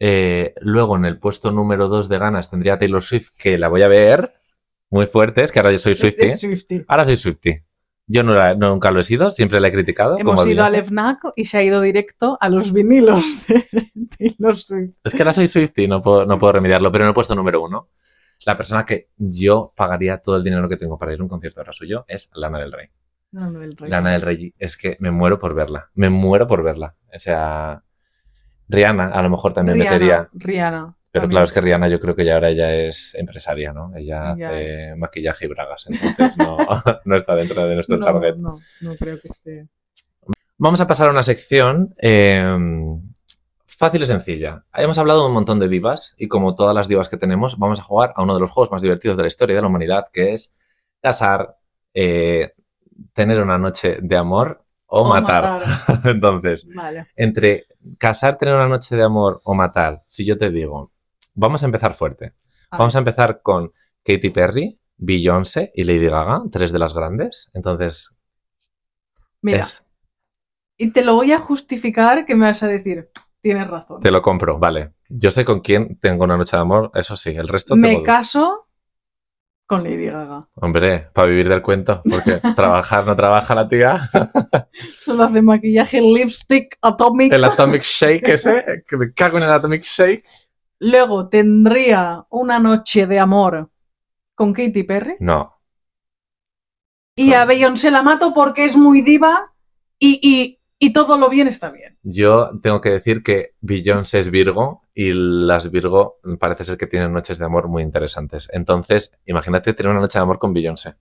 Speaker 1: Eh, luego en el puesto número 2 de ganas tendría a Taylor Swift, que la voy a ver muy fuerte, es que ahora yo soy Swiftie.
Speaker 2: Desde Swiftie.
Speaker 1: Ahora soy Swiftie. Yo no la- nunca lo he sido, siempre la he criticado.
Speaker 2: Hemos
Speaker 1: como
Speaker 2: ido al
Speaker 1: Beyoncé.
Speaker 2: FNAC y se ha ido directo a los vinilos <laughs> de Taylor Swift.
Speaker 1: Es que ahora soy Swifty, no puedo, no puedo remediarlo, pero en el puesto número uno, la persona que yo pagaría todo el dinero que tengo para ir a un concierto ahora suyo es Lana del Rey.
Speaker 2: No, no, el rey.
Speaker 1: Lana del Rey, es que me muero por verla, me muero por verla. O sea, Rihanna a lo mejor también
Speaker 2: Rihanna,
Speaker 1: metería,
Speaker 2: Rihanna.
Speaker 1: pero
Speaker 2: también.
Speaker 1: claro, es que Rihanna yo creo que ya ahora ella es empresaria, ¿no? Ella
Speaker 2: Ya.
Speaker 1: hace maquillaje y bragas, entonces no, <laughs> no está dentro de nuestro
Speaker 2: no,
Speaker 1: target.
Speaker 2: No, no creo que esté.
Speaker 1: Vamos a pasar a una sección eh, fácil y sencilla. Hemos hablado de un montón de divas y como todas las divas que tenemos, vamos a jugar a uno de los juegos más divertidos de la historia de la humanidad, que es casar, eh, tener una noche de amor o,
Speaker 2: O
Speaker 1: matar. <laughs> Entonces, <laughs>
Speaker 2: Vale.
Speaker 1: entre casar, tener una noche de amor o matar, si yo te digo, vamos a empezar fuerte.
Speaker 2: A
Speaker 1: Vamos a empezar con Katy Perry, Beyoncé y Lady Gaga, tres de las grandes. Entonces,
Speaker 2: Mira,
Speaker 1: es-
Speaker 2: Y te lo voy a justificar que me vas a decir, tienes razón.
Speaker 1: Te lo compro, vale. Yo sé con quién tengo una noche de amor, eso sí, el resto te lo
Speaker 2: me
Speaker 1: doy.
Speaker 2: caso con Lady Gaga.
Speaker 1: Hombre, para vivir del cuento, porque trabajar no trabaja la tía.
Speaker 2: Solo hace maquillaje, lipstick, atomic.
Speaker 1: El Atomic Shake ese, que me cago en el Atomic Shake.
Speaker 2: Luego tendría una noche de amor con Katy Perry.
Speaker 1: No,
Speaker 2: Y a Beyoncé la mato porque es muy diva y, y- y todo lo bien está bien.
Speaker 1: yo tengo que decir que Beyoncé es Virgo y las Virgo parece ser que tienen noches de amor muy interesantes. Entonces, imagínate tener una noche de amor con Beyoncé.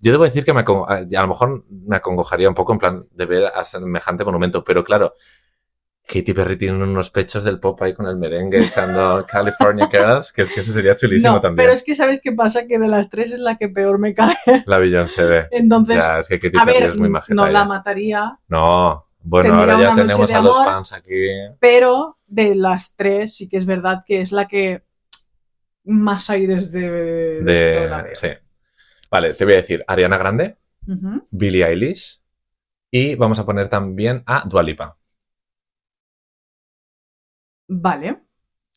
Speaker 1: Yo debo decir que me acon- a a lo mejor me acongojaría un poco en plan de ver a semejante monumento, pero claro, Katy Perry tiene unos pechos del pop ahí con el merengue echando <laughs> California Girls, que es que eso sería chulísimo
Speaker 2: No,
Speaker 1: también.
Speaker 2: pero es que sabes qué pasa, que de las tres es la que peor me cae. <laughs>
Speaker 1: La Beyoncé de...
Speaker 2: Entonces,
Speaker 1: Ya, es que Katy
Speaker 2: a
Speaker 1: Perry
Speaker 2: ver,
Speaker 1: es muy
Speaker 2: no
Speaker 1: majeta.
Speaker 2: la
Speaker 1: ella.
Speaker 2: mataría,
Speaker 1: No, bueno, ahora
Speaker 2: Tendría
Speaker 1: ya
Speaker 2: una noche
Speaker 1: tenemos
Speaker 2: de
Speaker 1: a los
Speaker 2: amor.
Speaker 1: fans aquí.
Speaker 2: pero de las tres sí que es verdad que es la que más aires de... de esto la
Speaker 1: De...
Speaker 2: veo.
Speaker 1: Sí. Vale, te voy a decir Ariana Grande,
Speaker 2: Ujú.
Speaker 1: Billie Eilish y vamos a poner también a Dualipa.
Speaker 2: Vale.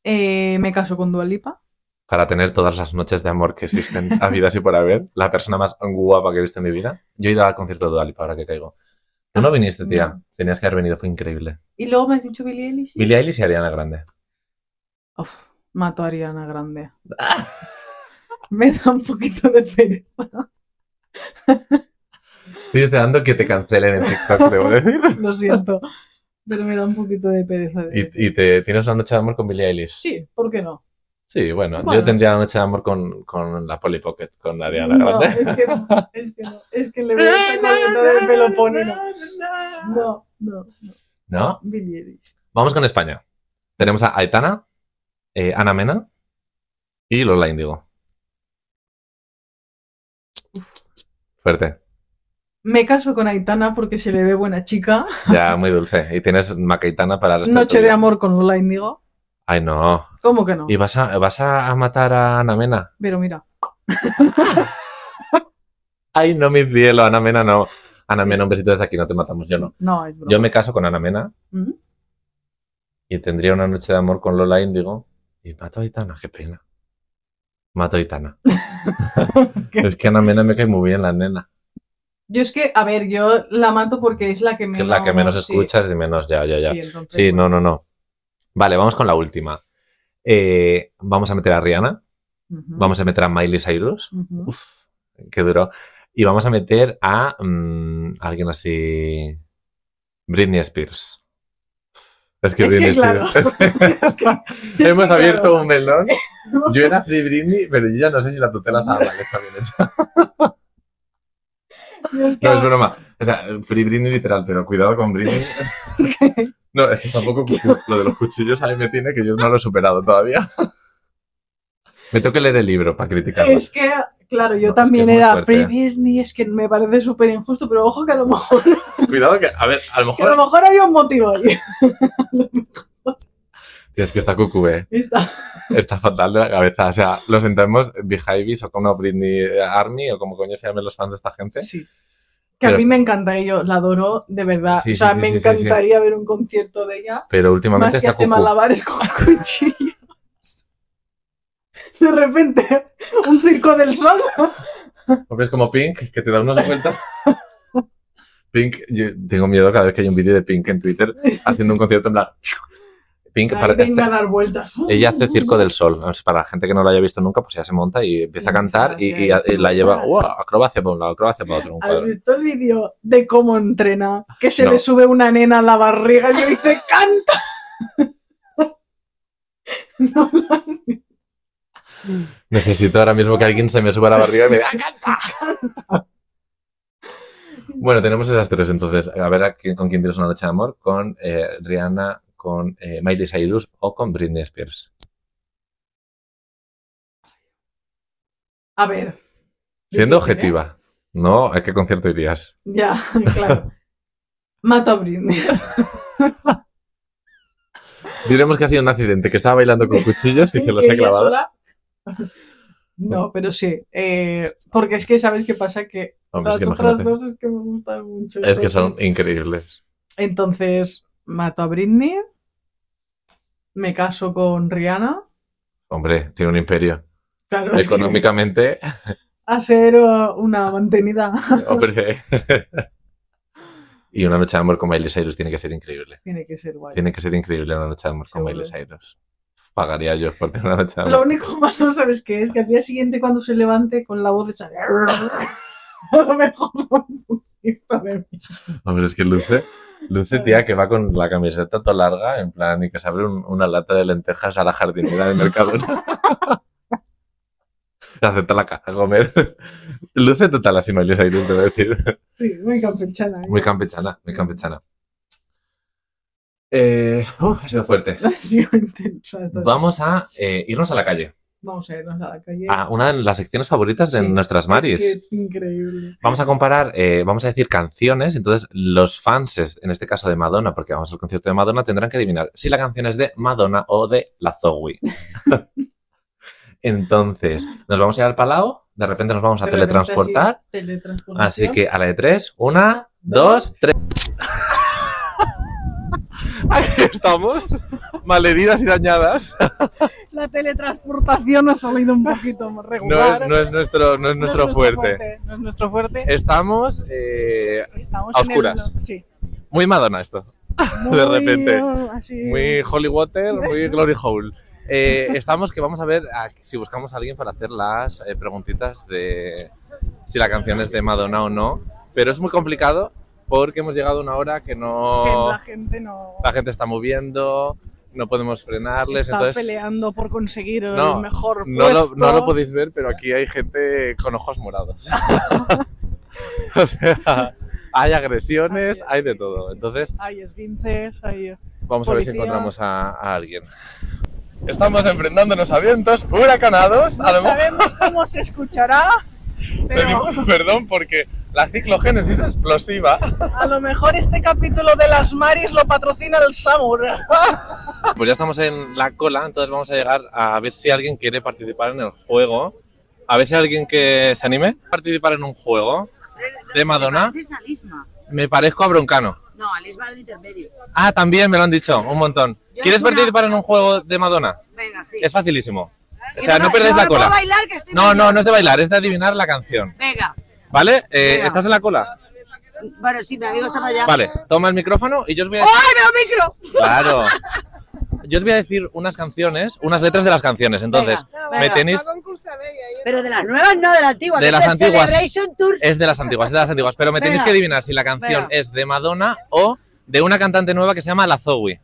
Speaker 2: Eh, me caso con Dualipa.
Speaker 1: Para tener todas las noches de amor que
Speaker 2: <laughs>
Speaker 1: existen habidas y por haber. La persona más guapa que he visto en mi vida. Yo he ido al concierto de Dualipa ahora que caigo. Tú no viniste, tía.
Speaker 2: No.
Speaker 1: Tenías que haber venido, fue increíble.
Speaker 2: Y luego me has dicho Billie Eilish.
Speaker 1: Billie Eilish y Ariana Grande.
Speaker 2: Uf, mato a Ariana Grande. <laughs> me da un poquito de pereza.
Speaker 1: Estoy deseando que te cancelen en TikTok, debo decir.
Speaker 2: <laughs> Lo siento. Pero me da un poquito de pereza. de-
Speaker 1: Y, y te tienes una noche de amor con Billie Eilish.
Speaker 2: Sí, ¿por qué no?
Speaker 1: Sí, bueno,
Speaker 2: Bueno.
Speaker 1: yo tendría la noche de amor con, con la Polly Pocket, con Ariana
Speaker 2: No,
Speaker 1: Grande.
Speaker 2: es que, es que no. Es que le voy a sacar de todo el Peloponero. No, no.
Speaker 1: ¿No?
Speaker 2: Billie Eilish.
Speaker 1: Vamos con España. Tenemos a Aitana, eh, Ana Mena y Lola Índigo.
Speaker 2: Uf.
Speaker 1: Fuerte.
Speaker 2: Me caso con Aitana porque se le ve buena chica.
Speaker 1: Ya, muy dulce. Y tienes Macaitana para el resto tu
Speaker 2: Noche de
Speaker 1: vida.
Speaker 2: amor con Lola Indigo.
Speaker 1: Ay, no.
Speaker 2: ¿Cómo que no?
Speaker 1: ¿Y vas a, vas a matar a Ana Mena?
Speaker 2: Pero mira,
Speaker 1: Ay, no, mi cielo, Ana Mena no. Ana
Speaker 2: Sí.
Speaker 1: Mena, un besito desde aquí, no te matamos, yo no.
Speaker 2: no, es broma.
Speaker 1: Yo me caso con Ana Mena
Speaker 2: ¿Mm?
Speaker 1: y tendría una noche de amor con Lola Índigo y mato a Aitana, qué pena. Mato a
Speaker 2: <laughs>
Speaker 1: Aitana. es que Ana Mena me cae muy bien, la nena.
Speaker 2: Yo es que, a ver, yo la mato porque es la que menos.
Speaker 1: Que es la que menos
Speaker 2: sí.
Speaker 1: escuchas y menos ya, ya, ya.
Speaker 2: Sí, entonces,
Speaker 1: Sí,
Speaker 2: bueno.
Speaker 1: no, no, no. Vale, vamos con la última. Eh, vamos a meter a Rihanna,
Speaker 2: pues, Ujú,
Speaker 1: vamos a meter a Miley Cyrus,
Speaker 2: ujú.
Speaker 1: Uf. qué duro, y vamos a meter a mm, alguien así, Britney Spears. Es que
Speaker 2: Es que
Speaker 1: Britney
Speaker 2: claro.
Speaker 1: Spears. es que-
Speaker 2: que
Speaker 1: hemos
Speaker 2: <laughs> claro.
Speaker 1: abierto un melón. Yo era Free Britney, pero yo ya no sé si la tutela estaba mal hecha, bien hecha.
Speaker 2: Yo es que
Speaker 1: No, es broma. O sea, Free Britney literal, pero cuidado con
Speaker 2: <laughs>
Speaker 1: Britney. No, es que tampoco lo de los cuchillos a mí me tiene que yo no lo he superado todavía. <laughs> Me tengo que leer el libro para criticarlo.
Speaker 2: Es que, claro,
Speaker 1: No,
Speaker 2: yo
Speaker 1: es que
Speaker 2: también
Speaker 1: es muy
Speaker 2: era
Speaker 1: fuerte.
Speaker 2: Free Britney, es que me parece súper injusto, pero ojo que a lo mejor,
Speaker 1: Cuidado que, a ver, a lo
Speaker 2: que a lo
Speaker 1: mejor...
Speaker 2: mejor había un motivo <laughs> ahí.
Speaker 1: Tío, es que está cucú, eh.
Speaker 2: Está-
Speaker 1: Está fatal de la cabeza. O sea, lo sentamos, Behivis o como Britney Army o como coño se llamen los fans de esta gente.
Speaker 2: Sí. Que a
Speaker 1: Pero-
Speaker 2: mí me encanta ella, la adoro, de verdad.
Speaker 1: Sí,
Speaker 2: o sea,
Speaker 1: sí, sí,
Speaker 2: me
Speaker 1: sí, sí,
Speaker 2: encantaría ver un concierto de ella.
Speaker 1: Pero últimamente
Speaker 2: Más si
Speaker 1: está
Speaker 2: hace
Speaker 1: cucú.
Speaker 2: malabares con <laughs> cuchillos. De repente, un circo del sol.
Speaker 1: Porque es como Pink, que te da unas vueltas. Pink, yo tengo miedo cada vez que hay un vídeo de Pink en Twitter haciendo un concierto en plan. Pink
Speaker 2: Ahí
Speaker 1: parece.
Speaker 2: venga a dar vueltas. <laughs>
Speaker 1: Ella hace Circo del Sol. O sea, Para la gente que no lo haya visto nunca, pues ya se monta y empieza a cantar y, y- y la lleva ¡guau! acrobacia para un lado, acrobacia para otro. Un
Speaker 2: ¿Has
Speaker 1: cuadro.
Speaker 2: visto el vídeo de cómo entrena? Que se
Speaker 1: No.
Speaker 2: le sube una nena a la barriga y le dice ¡Canta! No, no,
Speaker 1: Necesito ahora mismo que alguien se me suba a la barriga y me diga "Ah, ¡canta! Bueno, tenemos esas tres entonces. A ver a quién- con quién tienes una noche de amor. Con eh, Rihanna, con eh, Miley Cyrus o con Britney Spears.
Speaker 2: A ver.
Speaker 1: Siendo
Speaker 2: Difícil, ¿eh?
Speaker 1: objetiva. No, ¿a qué concierto irías?
Speaker 2: Ya, <laughs> claro. Mato a Britney.
Speaker 1: Diremos que ha sido un accidente, que estaba bailando con cuchillos
Speaker 2: <laughs>
Speaker 1: y se los
Speaker 2: Que
Speaker 1: ha
Speaker 2: ella
Speaker 1: clavado.
Speaker 2: sola- No, pero sí. eh, porque es que, ¿sabes qué pasa? Que
Speaker 1: Hombre, es
Speaker 2: las
Speaker 1: que
Speaker 2: otras
Speaker 1: imagínate.
Speaker 2: dos es que me gustan mucho.
Speaker 1: Es que son
Speaker 2: entonces-
Speaker 1: increíbles.
Speaker 2: Entonces mato a Britney, me caso con Rihanna,
Speaker 1: Hombre, tiene un imperio.
Speaker 2: claro, <laughs>
Speaker 1: Económicamente,
Speaker 2: a ser uh, una mantenida. <laughs>
Speaker 1: hombre. y una noche de amor con Miley Cyrus tiene que ser increíble.
Speaker 2: Tiene que ser guay.
Speaker 1: Tiene que ser increíble una noche de amor con
Speaker 2: Seguro.
Speaker 1: Miley Cyrus. Pagaría yo por tener una noche de amor.
Speaker 2: Lo único malo, ¿sabes qué? Es que al día siguiente cuando se levante con la voz esa... <laughs> A lo mejor... hijo de mí.
Speaker 1: Hombre, es que Luce, Luce, tía, que va con la camiseta toda larga, en plan, y que se abre un- una lata de lentejas a la jardinera del <laughs> Mercadona. Acepta la caja, comer. Luce total así, Miley Cyrus, te voy a decir.
Speaker 2: Sí, muy campechana. ¿eh?
Speaker 1: Muy
Speaker 2: <laughs>
Speaker 1: campechana, muy campechana. Eh, uh, ha sido fuerte.
Speaker 2: Ha sido intensa esta-
Speaker 1: Vamos a eh, irnos a la calle,
Speaker 2: Vamos a irnos a la calle.
Speaker 1: a una de las secciones favoritas de
Speaker 2: Sí,
Speaker 1: nuestras Maris.
Speaker 2: Es que es increíble.
Speaker 1: Vamos a comparar, eh, vamos a decir canciones, entonces los fans, en este caso de Madonna, porque vamos al concierto de Madonna, tendrán que adivinar si la canción es de Madonna o de la <laughs> Zoe. entonces, nos vamos a ir al Palau, de repente nos vamos a
Speaker 2: De repente
Speaker 1: teletransportar,
Speaker 2: así, teletransportación.
Speaker 1: así que a la de tres, una, dos, <laughs> tres. Aquí estamos, malheridas y dañadas.
Speaker 2: La teletransportación ha salido un poquito
Speaker 1: <laughs>
Speaker 2: más
Speaker 1: No
Speaker 2: regular.
Speaker 1: es, no es nuestro, no es
Speaker 2: No es
Speaker 1: nuestro fuerte.
Speaker 2: No es nuestro fuerte.
Speaker 1: Estamos eh,
Speaker 2: Estamos
Speaker 1: a
Speaker 2: en el-
Speaker 1: oscuras. <laughs>
Speaker 2: sí.
Speaker 1: muy Madonna esto.
Speaker 2: Muy,
Speaker 1: repente.
Speaker 2: eh, así-
Speaker 1: muy Holy Water, muy Glory Hole. Eh, estamos que vamos a ver a- si buscamos a alguien para hacer las eh, preguntitas de si la canción es de Madonna o no, pero es muy complicado porque hemos llegado a una hora que
Speaker 2: que
Speaker 1: no
Speaker 2: la gente no
Speaker 1: la gente está moviendo, no podemos frenarles,
Speaker 2: está
Speaker 1: entonces
Speaker 2: peleando por conseguir
Speaker 1: No,
Speaker 2: el mejor
Speaker 1: no lo,
Speaker 2: puesto.
Speaker 1: no lo podéis ver, pero aquí hay gente con ojos
Speaker 2: <laughs>
Speaker 1: morados. <laughs> o sea, hay agresiones,
Speaker 2: Ay,
Speaker 1: hay de
Speaker 2: sí, sí,
Speaker 1: todo.
Speaker 2: sí,
Speaker 1: Entonces,
Speaker 2: sí. Hay esguinces, hay...
Speaker 1: Vamos a ver si
Speaker 2: Policía.
Speaker 1: encontramos a, a alguien. Estamos enfrentándonos a vientos huracanados.
Speaker 2: No sabemos cómo se escuchará, pero
Speaker 1: perdón porque la ciclogénesis es explosiva.
Speaker 2: a lo mejor este capítulo de las Maris lo patrocina el Samur. <laughs>
Speaker 1: Pues ya estamos en la cola, entonces vamos a llegar a ver si alguien quiere participar en el juego. A ver si hay alguien que se anime a participar en un juego de Madonna.
Speaker 3: Pareces a Lisma.
Speaker 1: Me parezco a Broncano.
Speaker 3: No, a Lisma del intermedio.
Speaker 1: Ah, también me lo han dicho, un montón.
Speaker 3: Yo
Speaker 1: ¿Quieres
Speaker 3: alguna-
Speaker 1: participar en un juego de Madonna?
Speaker 3: Venga, sí.
Speaker 1: Es facilísimo. O
Speaker 3: Y
Speaker 1: sea, no perdáis la
Speaker 3: me puedo
Speaker 1: cola.
Speaker 3: bailar, que estoy
Speaker 1: No, no,
Speaker 3: mayor.
Speaker 1: no es de bailar, es de adivinar la canción.
Speaker 3: Venga.
Speaker 1: ¿Vale? Eh,
Speaker 3: Venga.
Speaker 1: ¿Estás en la cola?
Speaker 3: Bueno, sí, mi amigo está para allá.
Speaker 1: Vale, toma el micrófono y yo os voy a
Speaker 3: ¡Ay, veo micro!
Speaker 1: <laughs> Claro. Yo os voy a decir unas canciones, unas letras de las canciones. Entonces,
Speaker 3: Venga,
Speaker 1: me
Speaker 3: venga.
Speaker 1: tenéis.
Speaker 3: Pero de las nuevas, no, de las antiguas.
Speaker 1: De
Speaker 3: que
Speaker 1: las
Speaker 3: es el
Speaker 1: antiguas.
Speaker 3: Celebration Tour.
Speaker 1: Es de las antiguas, es de las antiguas. Pero me tenéis
Speaker 3: Venga.
Speaker 1: que adivinar si la canción
Speaker 3: Venga.
Speaker 1: es de Madonna o de una cantante nueva que se llama La Zoe,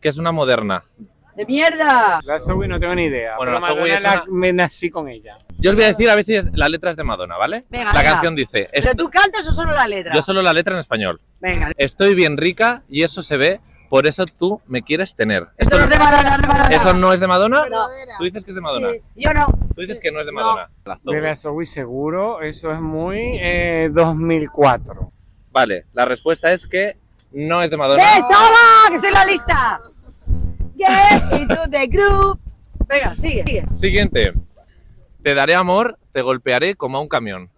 Speaker 1: que es una moderna.
Speaker 3: ¡De mierda!
Speaker 4: La Zoe no tengo ni idea.
Speaker 1: Bueno,
Speaker 4: pero
Speaker 1: la Zoe
Speaker 4: Madonna
Speaker 1: es
Speaker 4: la-
Speaker 1: una-
Speaker 4: me nací con ella.
Speaker 1: Yo os voy a decir a ver si es, la letra es de Madonna, ¿vale?
Speaker 3: Venga,
Speaker 1: la
Speaker 3: venga.
Speaker 1: canción dice. "Est-
Speaker 3: ¿Pero tú cantas o solo la letra?
Speaker 1: Yo solo la letra en español.
Speaker 3: Venga.
Speaker 1: Estoy bien rica y eso se ve, por eso tú me quieres tener.
Speaker 3: Esto no es de Madonna, no es de Madonna.
Speaker 1: ¿Eso no es de Madonna?
Speaker 3: No.
Speaker 1: Tú dices que es de Madonna.
Speaker 3: Sí, yo no.
Speaker 1: Tú dices que no es de
Speaker 3: No.
Speaker 1: Madonna. La Zoe.
Speaker 4: De la Zoe seguro, eso es muy eh, 2004.
Speaker 1: Vale, la respuesta es que no es de Madonna.
Speaker 3: ¡Ves, toma! ¡Que soy la lista! ¡Yeah! ¡Y tú de group! Venga, sigue, sigue.
Speaker 1: Siguiente. Te daré amor, te golpearé como a un camión.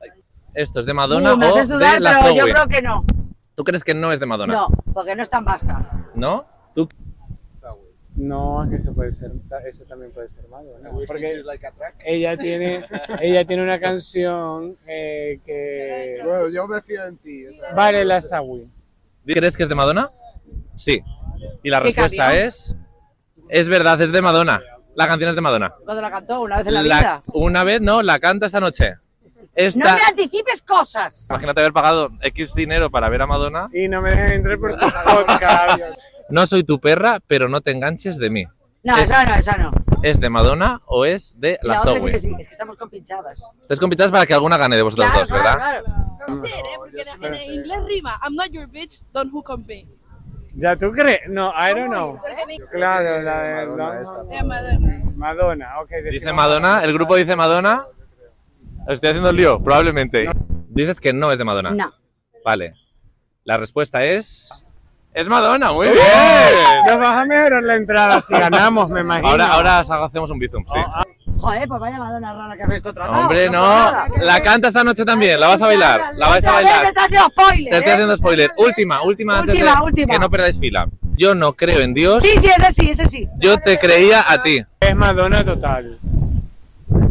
Speaker 1: Esto es de Madonna
Speaker 3: Uh, me
Speaker 1: o
Speaker 3: haces dudar,
Speaker 1: de la
Speaker 3: pero yo
Speaker 1: Zoe.
Speaker 3: creo que no.
Speaker 1: ¿Tú crees que no es de Madonna?
Speaker 3: No, porque no es tan basta.
Speaker 1: ¿No? ¿Tú?
Speaker 4: No, es que eso puede ser, ta- eso también puede ser malo, ¿no? Porque ella tiene, ella tiene una canción eh, que...
Speaker 5: Bueno, yo me fío en ti. o sea,
Speaker 4: Vale, la Zoe.
Speaker 1: ¿Crees que es de Madonna? Sí. Y la
Speaker 3: ¿Qué
Speaker 1: respuesta
Speaker 3: camión?
Speaker 1: es... Es verdad, es de Madonna. La canción es de Madonna.
Speaker 3: Cuando la cantó una vez en la,
Speaker 1: La-
Speaker 3: vida.
Speaker 1: una vez, no, la canta esta noche.
Speaker 3: No
Speaker 1: Esta...
Speaker 3: me anticipes cosas.
Speaker 1: Imagínate haber pagado X dinero para ver a Madonna.
Speaker 4: Y no me dejen entrar por
Speaker 5: <laughs>
Speaker 4: tu podcast.
Speaker 1: No soy tu perra, pero no te enganches de mí.
Speaker 3: No,
Speaker 1: Es-
Speaker 3: esa no, esa no.
Speaker 1: ¿Es de Madonna o es de
Speaker 3: la
Speaker 1: la
Speaker 3: otra sí
Speaker 1: Zoe?
Speaker 3: que sí, es que estamos compinchadas.
Speaker 1: Estáis compinchadas para que alguna gane de vosotros
Speaker 3: Claro,
Speaker 1: dos, ¿verdad?
Speaker 3: claro, claro.
Speaker 6: Sé, ¿eh? Porque en, en inglés rima. I'm not your bitch, don't hook on me.
Speaker 4: ¿Ya tú crees? No, I don't know.
Speaker 6: Porque en inglés
Speaker 4: Claro, la de
Speaker 5: Madonna esa.
Speaker 4: Madonna.
Speaker 6: es Madonna.
Speaker 4: Madonna, ok.
Speaker 1: Dice
Speaker 4: decimos-
Speaker 1: Madonna, el grupo dice Madonna. Estoy haciendo lío, probablemente. Dices que no es de Madonna.
Speaker 3: No.
Speaker 1: Vale. La respuesta es. ¡Es Madonna! ¡Muy bien!
Speaker 4: Nos vas a mejorar la entrada si ganamos, me imagino.
Speaker 1: Ahora, ahora os hago- hacemos un bizum, sí.
Speaker 4: Oh, ah.
Speaker 3: Joder, pues vaya Madonna rara que me he contratado.
Speaker 1: Hombre, ah, no.
Speaker 3: pasa nada.
Speaker 1: La canta esta noche también. La vas a bailar. La vais a
Speaker 3: Otra vez Me
Speaker 1: bailar.
Speaker 3: está haciendo spoiler.
Speaker 1: Te estoy
Speaker 3: ¿eh?
Speaker 1: haciendo spoiler. Última, última antes de
Speaker 3: Última, última.
Speaker 1: que no perdáis fila. Yo no creo en Dios.
Speaker 3: Sí, sí, ese sí, ese sí.
Speaker 1: Yo te creía a ti.
Speaker 4: Es Madonna total.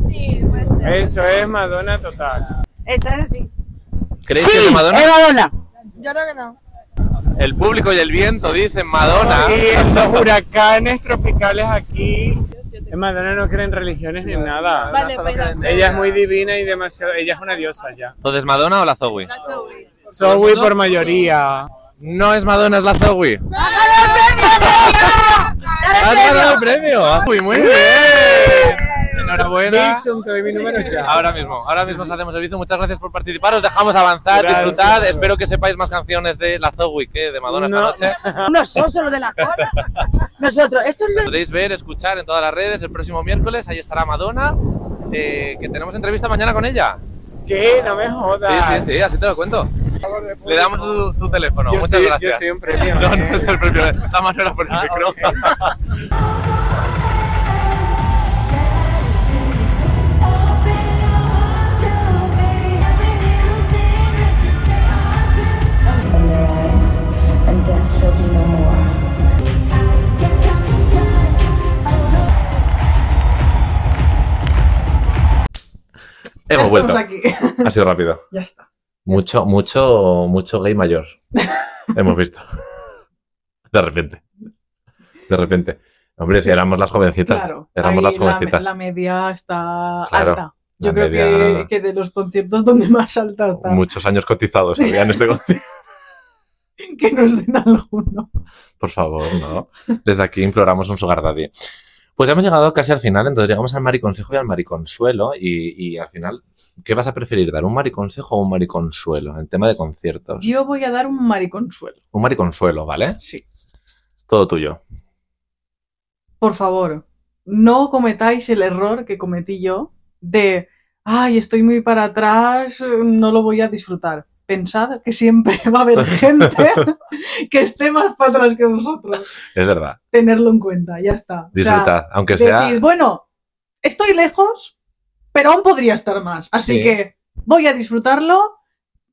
Speaker 6: Sí, puede ser.
Speaker 4: Eso es Madonna total.
Speaker 3: Esa, ese sí.
Speaker 1: ¿Creéis
Speaker 3: sí,
Speaker 1: que es de Madonna?
Speaker 3: Es Madonna.
Speaker 5: Yo creo que no.
Speaker 1: El público y el viento dicen Madonna.
Speaker 4: Y los huracanes tropicales aquí. Es Madonna no cree en religiones ni en nada.
Speaker 6: Vale, pues la Zoe.
Speaker 4: Ella es muy divina y demasiado. Ella es una diosa ya.
Speaker 1: Entonces, ¿Madonna o la Zoe?
Speaker 6: La Zoe.
Speaker 4: Zoe por mayoría.
Speaker 1: No es Madonna, es la Zoe. ¡Has ganado el premio! ¡Uy, muy bien! Enhorabuena.
Speaker 4: Visum, te doy mi número ya.
Speaker 1: Ahora mismo, ahora mismo os hacemos el vicio. Muchas gracias por participar. Os dejamos avanzar,
Speaker 4: Gracias.
Speaker 1: disfrutar. Espero que sepáis más canciones de la Zoe que de Madonna
Speaker 4: No.
Speaker 1: esta noche.
Speaker 3: <laughs> Unos sosos los de la cola. Nosotros, esto es lo
Speaker 1: Podréis ver, escuchar en todas las redes el próximo miércoles. Ahí estará Madonna, eh, que tenemos entrevista mañana con ella.
Speaker 4: ¿Qué? No me
Speaker 1: Sí, sí,
Speaker 4: jodas.
Speaker 1: sí, así te lo cuento. Le damos tu, tu teléfono.
Speaker 4: Yo
Speaker 1: Muchas
Speaker 4: soy- yo
Speaker 1: gracias.
Speaker 4: soy un premio,
Speaker 1: No, no
Speaker 4: ¿eh?
Speaker 1: es el premio. La mano era por el
Speaker 2: Ah,
Speaker 1: micro.
Speaker 2: <laughs>
Speaker 7: from their eyes, and death shall be no more.
Speaker 1: Hemos vuelto.
Speaker 2: Estamos aquí.
Speaker 1: Ha sido rápido.
Speaker 2: ya está.
Speaker 1: Mucho, mucho, mucho gay
Speaker 2: <laughs>
Speaker 1: mayor. Hemos visto. De repente. De repente. Hombre, si éramos las jovencitas.
Speaker 2: Claro.
Speaker 1: éramos
Speaker 2: ahí
Speaker 1: las
Speaker 2: la me-
Speaker 1: jovencitas.
Speaker 2: La, media está
Speaker 1: Claro,
Speaker 2: alta. Yo
Speaker 1: la
Speaker 2: creo que-
Speaker 1: media-
Speaker 2: que, de los conciertos donde más alta está.
Speaker 1: Muchos años cotizados había en este concierto.
Speaker 2: <laughs> Que nos den alguno.
Speaker 1: Por favor, ¿no? Desde aquí imploramos un sugar daddy. Pues ya hemos llegado casi al final, entonces llegamos al mariconsejo y al mariconsuelo. Y, y al final, ¿qué vas a preferir? ¿Dar un mariconsejo o un mariconsuelo? En tema de conciertos.
Speaker 2: Yo voy a dar un mariconsuelo.
Speaker 1: Un mariconsuelo, ¿vale?
Speaker 2: Sí.
Speaker 1: Todo tuyo.
Speaker 2: Por favor, no cometáis el error que cometí yo de, ay, estoy muy para atrás, no lo voy a disfrutar. Pensad que siempre <laughs> va a
Speaker 1: <laughs>
Speaker 2: haber gente que esté más para atrás que vosotros.
Speaker 1: Es verdad.
Speaker 2: Tenerlo en cuenta, ya está. O sea,
Speaker 1: Disfrutad. aunque sea.
Speaker 2: decís, bueno, estoy lejos, pero aún podría estar más. Así
Speaker 1: Sí.
Speaker 2: que voy a disfrutarlo,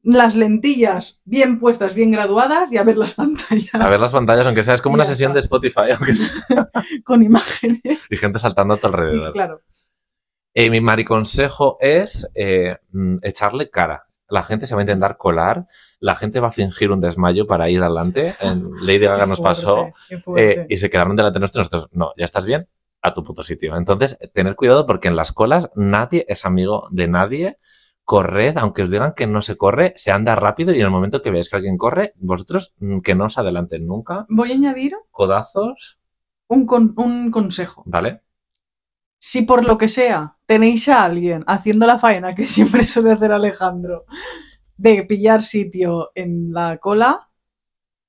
Speaker 2: las lentillas bien puestas, bien graduadas y a ver las <laughs> pantallas
Speaker 1: A ver las pantallas, aunque sea, es como una
Speaker 2: Ya
Speaker 1: sesión
Speaker 2: está.
Speaker 1: de Spotify, <laughs> aunque sea,
Speaker 2: con imágenes.
Speaker 1: y gente saltando a tu alrededor.
Speaker 2: Claro,
Speaker 1: Eh, mi mariconsejo es eh, mm, echarle cara. La gente se va a intentar colar, la gente va a fingir un desmayo para ir adelante. En Lady Gaga
Speaker 2: qué
Speaker 1: nos
Speaker 2: fuerte,
Speaker 1: pasó
Speaker 2: qué
Speaker 1: eh,
Speaker 2: fuerte.
Speaker 1: y se quedaron delante de nosotros. y nosotros, No, ya estás bien, a tu puto sitio. Entonces, tener cuidado porque en las colas nadie es amigo de nadie. Corred, aunque os digan que no se corre, se anda rápido y en el momento que veáis que alguien corre, vosotros mm, que no os adelanten nunca.
Speaker 2: Voy a añadir
Speaker 1: Codazos,
Speaker 2: un, con- un consejo.
Speaker 1: ¿vale?
Speaker 2: Si por lo que sea tenéis a alguien haciendo la faena que <laughs> siempre suele hacer Alejandro de pillar sitio en la cola,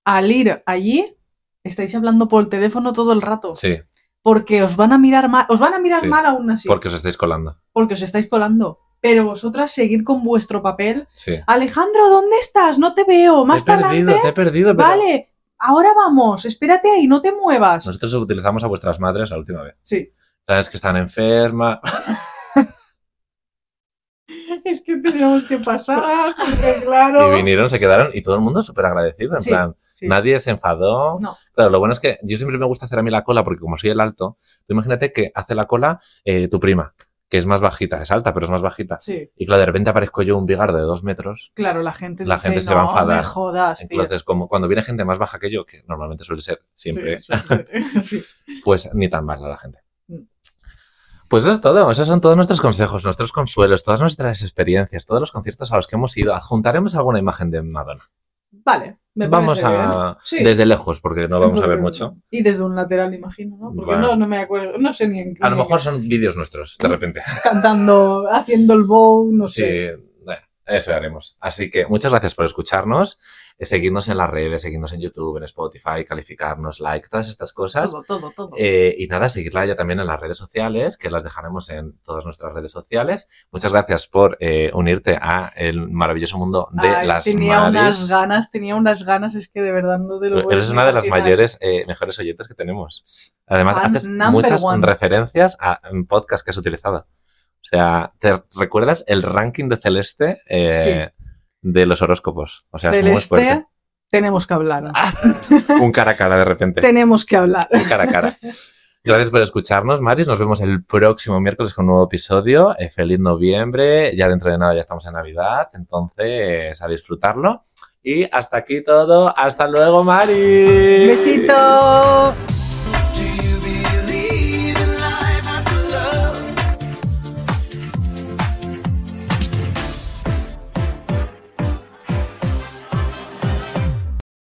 Speaker 2: al ir allí estáis hablando por teléfono todo el rato.
Speaker 1: Sí,
Speaker 2: porque os van a mirar mal, os van a mirar
Speaker 1: Sí,
Speaker 2: mal aún así,
Speaker 1: porque os estáis colando.
Speaker 2: porque os estáis colando. Pero vosotras seguid con vuestro papel.
Speaker 1: Sí.
Speaker 2: Alejandro, ¿dónde estás? No te veo. Más
Speaker 1: te he
Speaker 2: para
Speaker 1: perdido,
Speaker 2: adelante.
Speaker 1: te he perdido, pero
Speaker 2: Vale, ahora vamos. Espérate ahí, no te muevas.
Speaker 1: nosotros utilizamos a vuestras madres la última vez.
Speaker 2: Sí. <laughs>
Speaker 1: Sabes que están enfermas.
Speaker 2: Es que teníamos que
Speaker 1: <laughs>
Speaker 2: pasar, porque
Speaker 1: Y
Speaker 2: claro.
Speaker 1: vinieron, se quedaron y todo el mundo súper agradecido. En
Speaker 2: Sí,
Speaker 1: plan,
Speaker 2: sí.
Speaker 1: nadie se enfadó.
Speaker 2: No.
Speaker 1: Claro, lo bueno es que yo siempre me gusta hacer a mí la cola porque como soy el alto, tú imagínate que hace la cola eh, tu prima, que es más bajita, es alta, pero es más bajita.
Speaker 2: Sí,
Speaker 1: Y claro, de repente aparezco yo un bigardo de dos metros.
Speaker 2: claro, la gente
Speaker 1: La
Speaker 2: dice,
Speaker 1: gente se va a
Speaker 2: "No,
Speaker 1: enfadar".
Speaker 2: me jodas, tío.
Speaker 1: Entonces, como cuando viene gente más baja que yo, que normalmente suele ser siempre,
Speaker 2: Sí, sí, sí, sí.
Speaker 1: <laughs> pues ni tan mala la gente.
Speaker 2: Mm.
Speaker 1: Pues eso es todo, esos son todos nuestros consejos, nuestros consuelos, todas nuestras experiencias, todos los conciertos a los que hemos ido. Adjuntaremos alguna imagen de Madonna.
Speaker 2: Vale, me
Speaker 1: vamos
Speaker 2: parece bien.
Speaker 1: a
Speaker 2: Sí.
Speaker 1: desde lejos porque no vamos a ver mucho.
Speaker 2: Y desde un lateral, imagino, ¿no? Porque
Speaker 1: Bueno.
Speaker 2: no, no me acuerdo, no sé ni en qué.
Speaker 1: A lo
Speaker 2: <laughs>
Speaker 1: mejor son vídeos nuestros, de repente.
Speaker 2: Cantando, haciendo el bow, Mm. no
Speaker 1: Sí,
Speaker 2: sé.
Speaker 1: bueno, Eso haremos. Así que muchas gracias por escucharnos, eh, seguirnos en las redes, seguirnos en YouTube, en Spotify, calificarnos, like, todas estas cosas.
Speaker 2: Todo, todo, todo.
Speaker 1: Eh, y nada, seguirla ya también en las redes sociales, que las dejaremos en todas nuestras redes sociales. Muchas gracias por eh, unirte a el maravilloso mundo de
Speaker 2: Ay,
Speaker 1: las
Speaker 2: tenía unas
Speaker 1: Maris.
Speaker 2: ganas, tenía unas ganas, es que de verdad no te lo
Speaker 1: Eres
Speaker 2: puedes
Speaker 1: una de las
Speaker 2: imaginar.
Speaker 1: mayores, eh, mejores oyentes que tenemos. Además,
Speaker 2: Fan
Speaker 1: haces
Speaker 2: number
Speaker 1: muchas
Speaker 2: one.
Speaker 1: referencias a mm, podcast que has utilizado. O sea, ¿te recuerdas el ranking de Celeste eh, de los horóscopos? O sea, es muy fuerte. Ah,
Speaker 2: Celeste, este tenemos que hablar.
Speaker 1: Un cara a cara de repente.
Speaker 2: Tenemos
Speaker 1: <laughs>
Speaker 2: que hablar.
Speaker 1: un cara a cara. Gracias por escucharnos, Maris. Nos vemos el próximo miércoles con un nuevo episodio. Eh, feliz noviembre. Ya dentro de nada ya estamos en Navidad. Entonces, a disfrutarlo. Y hasta aquí todo. Hasta luego, Maris.
Speaker 2: Besito.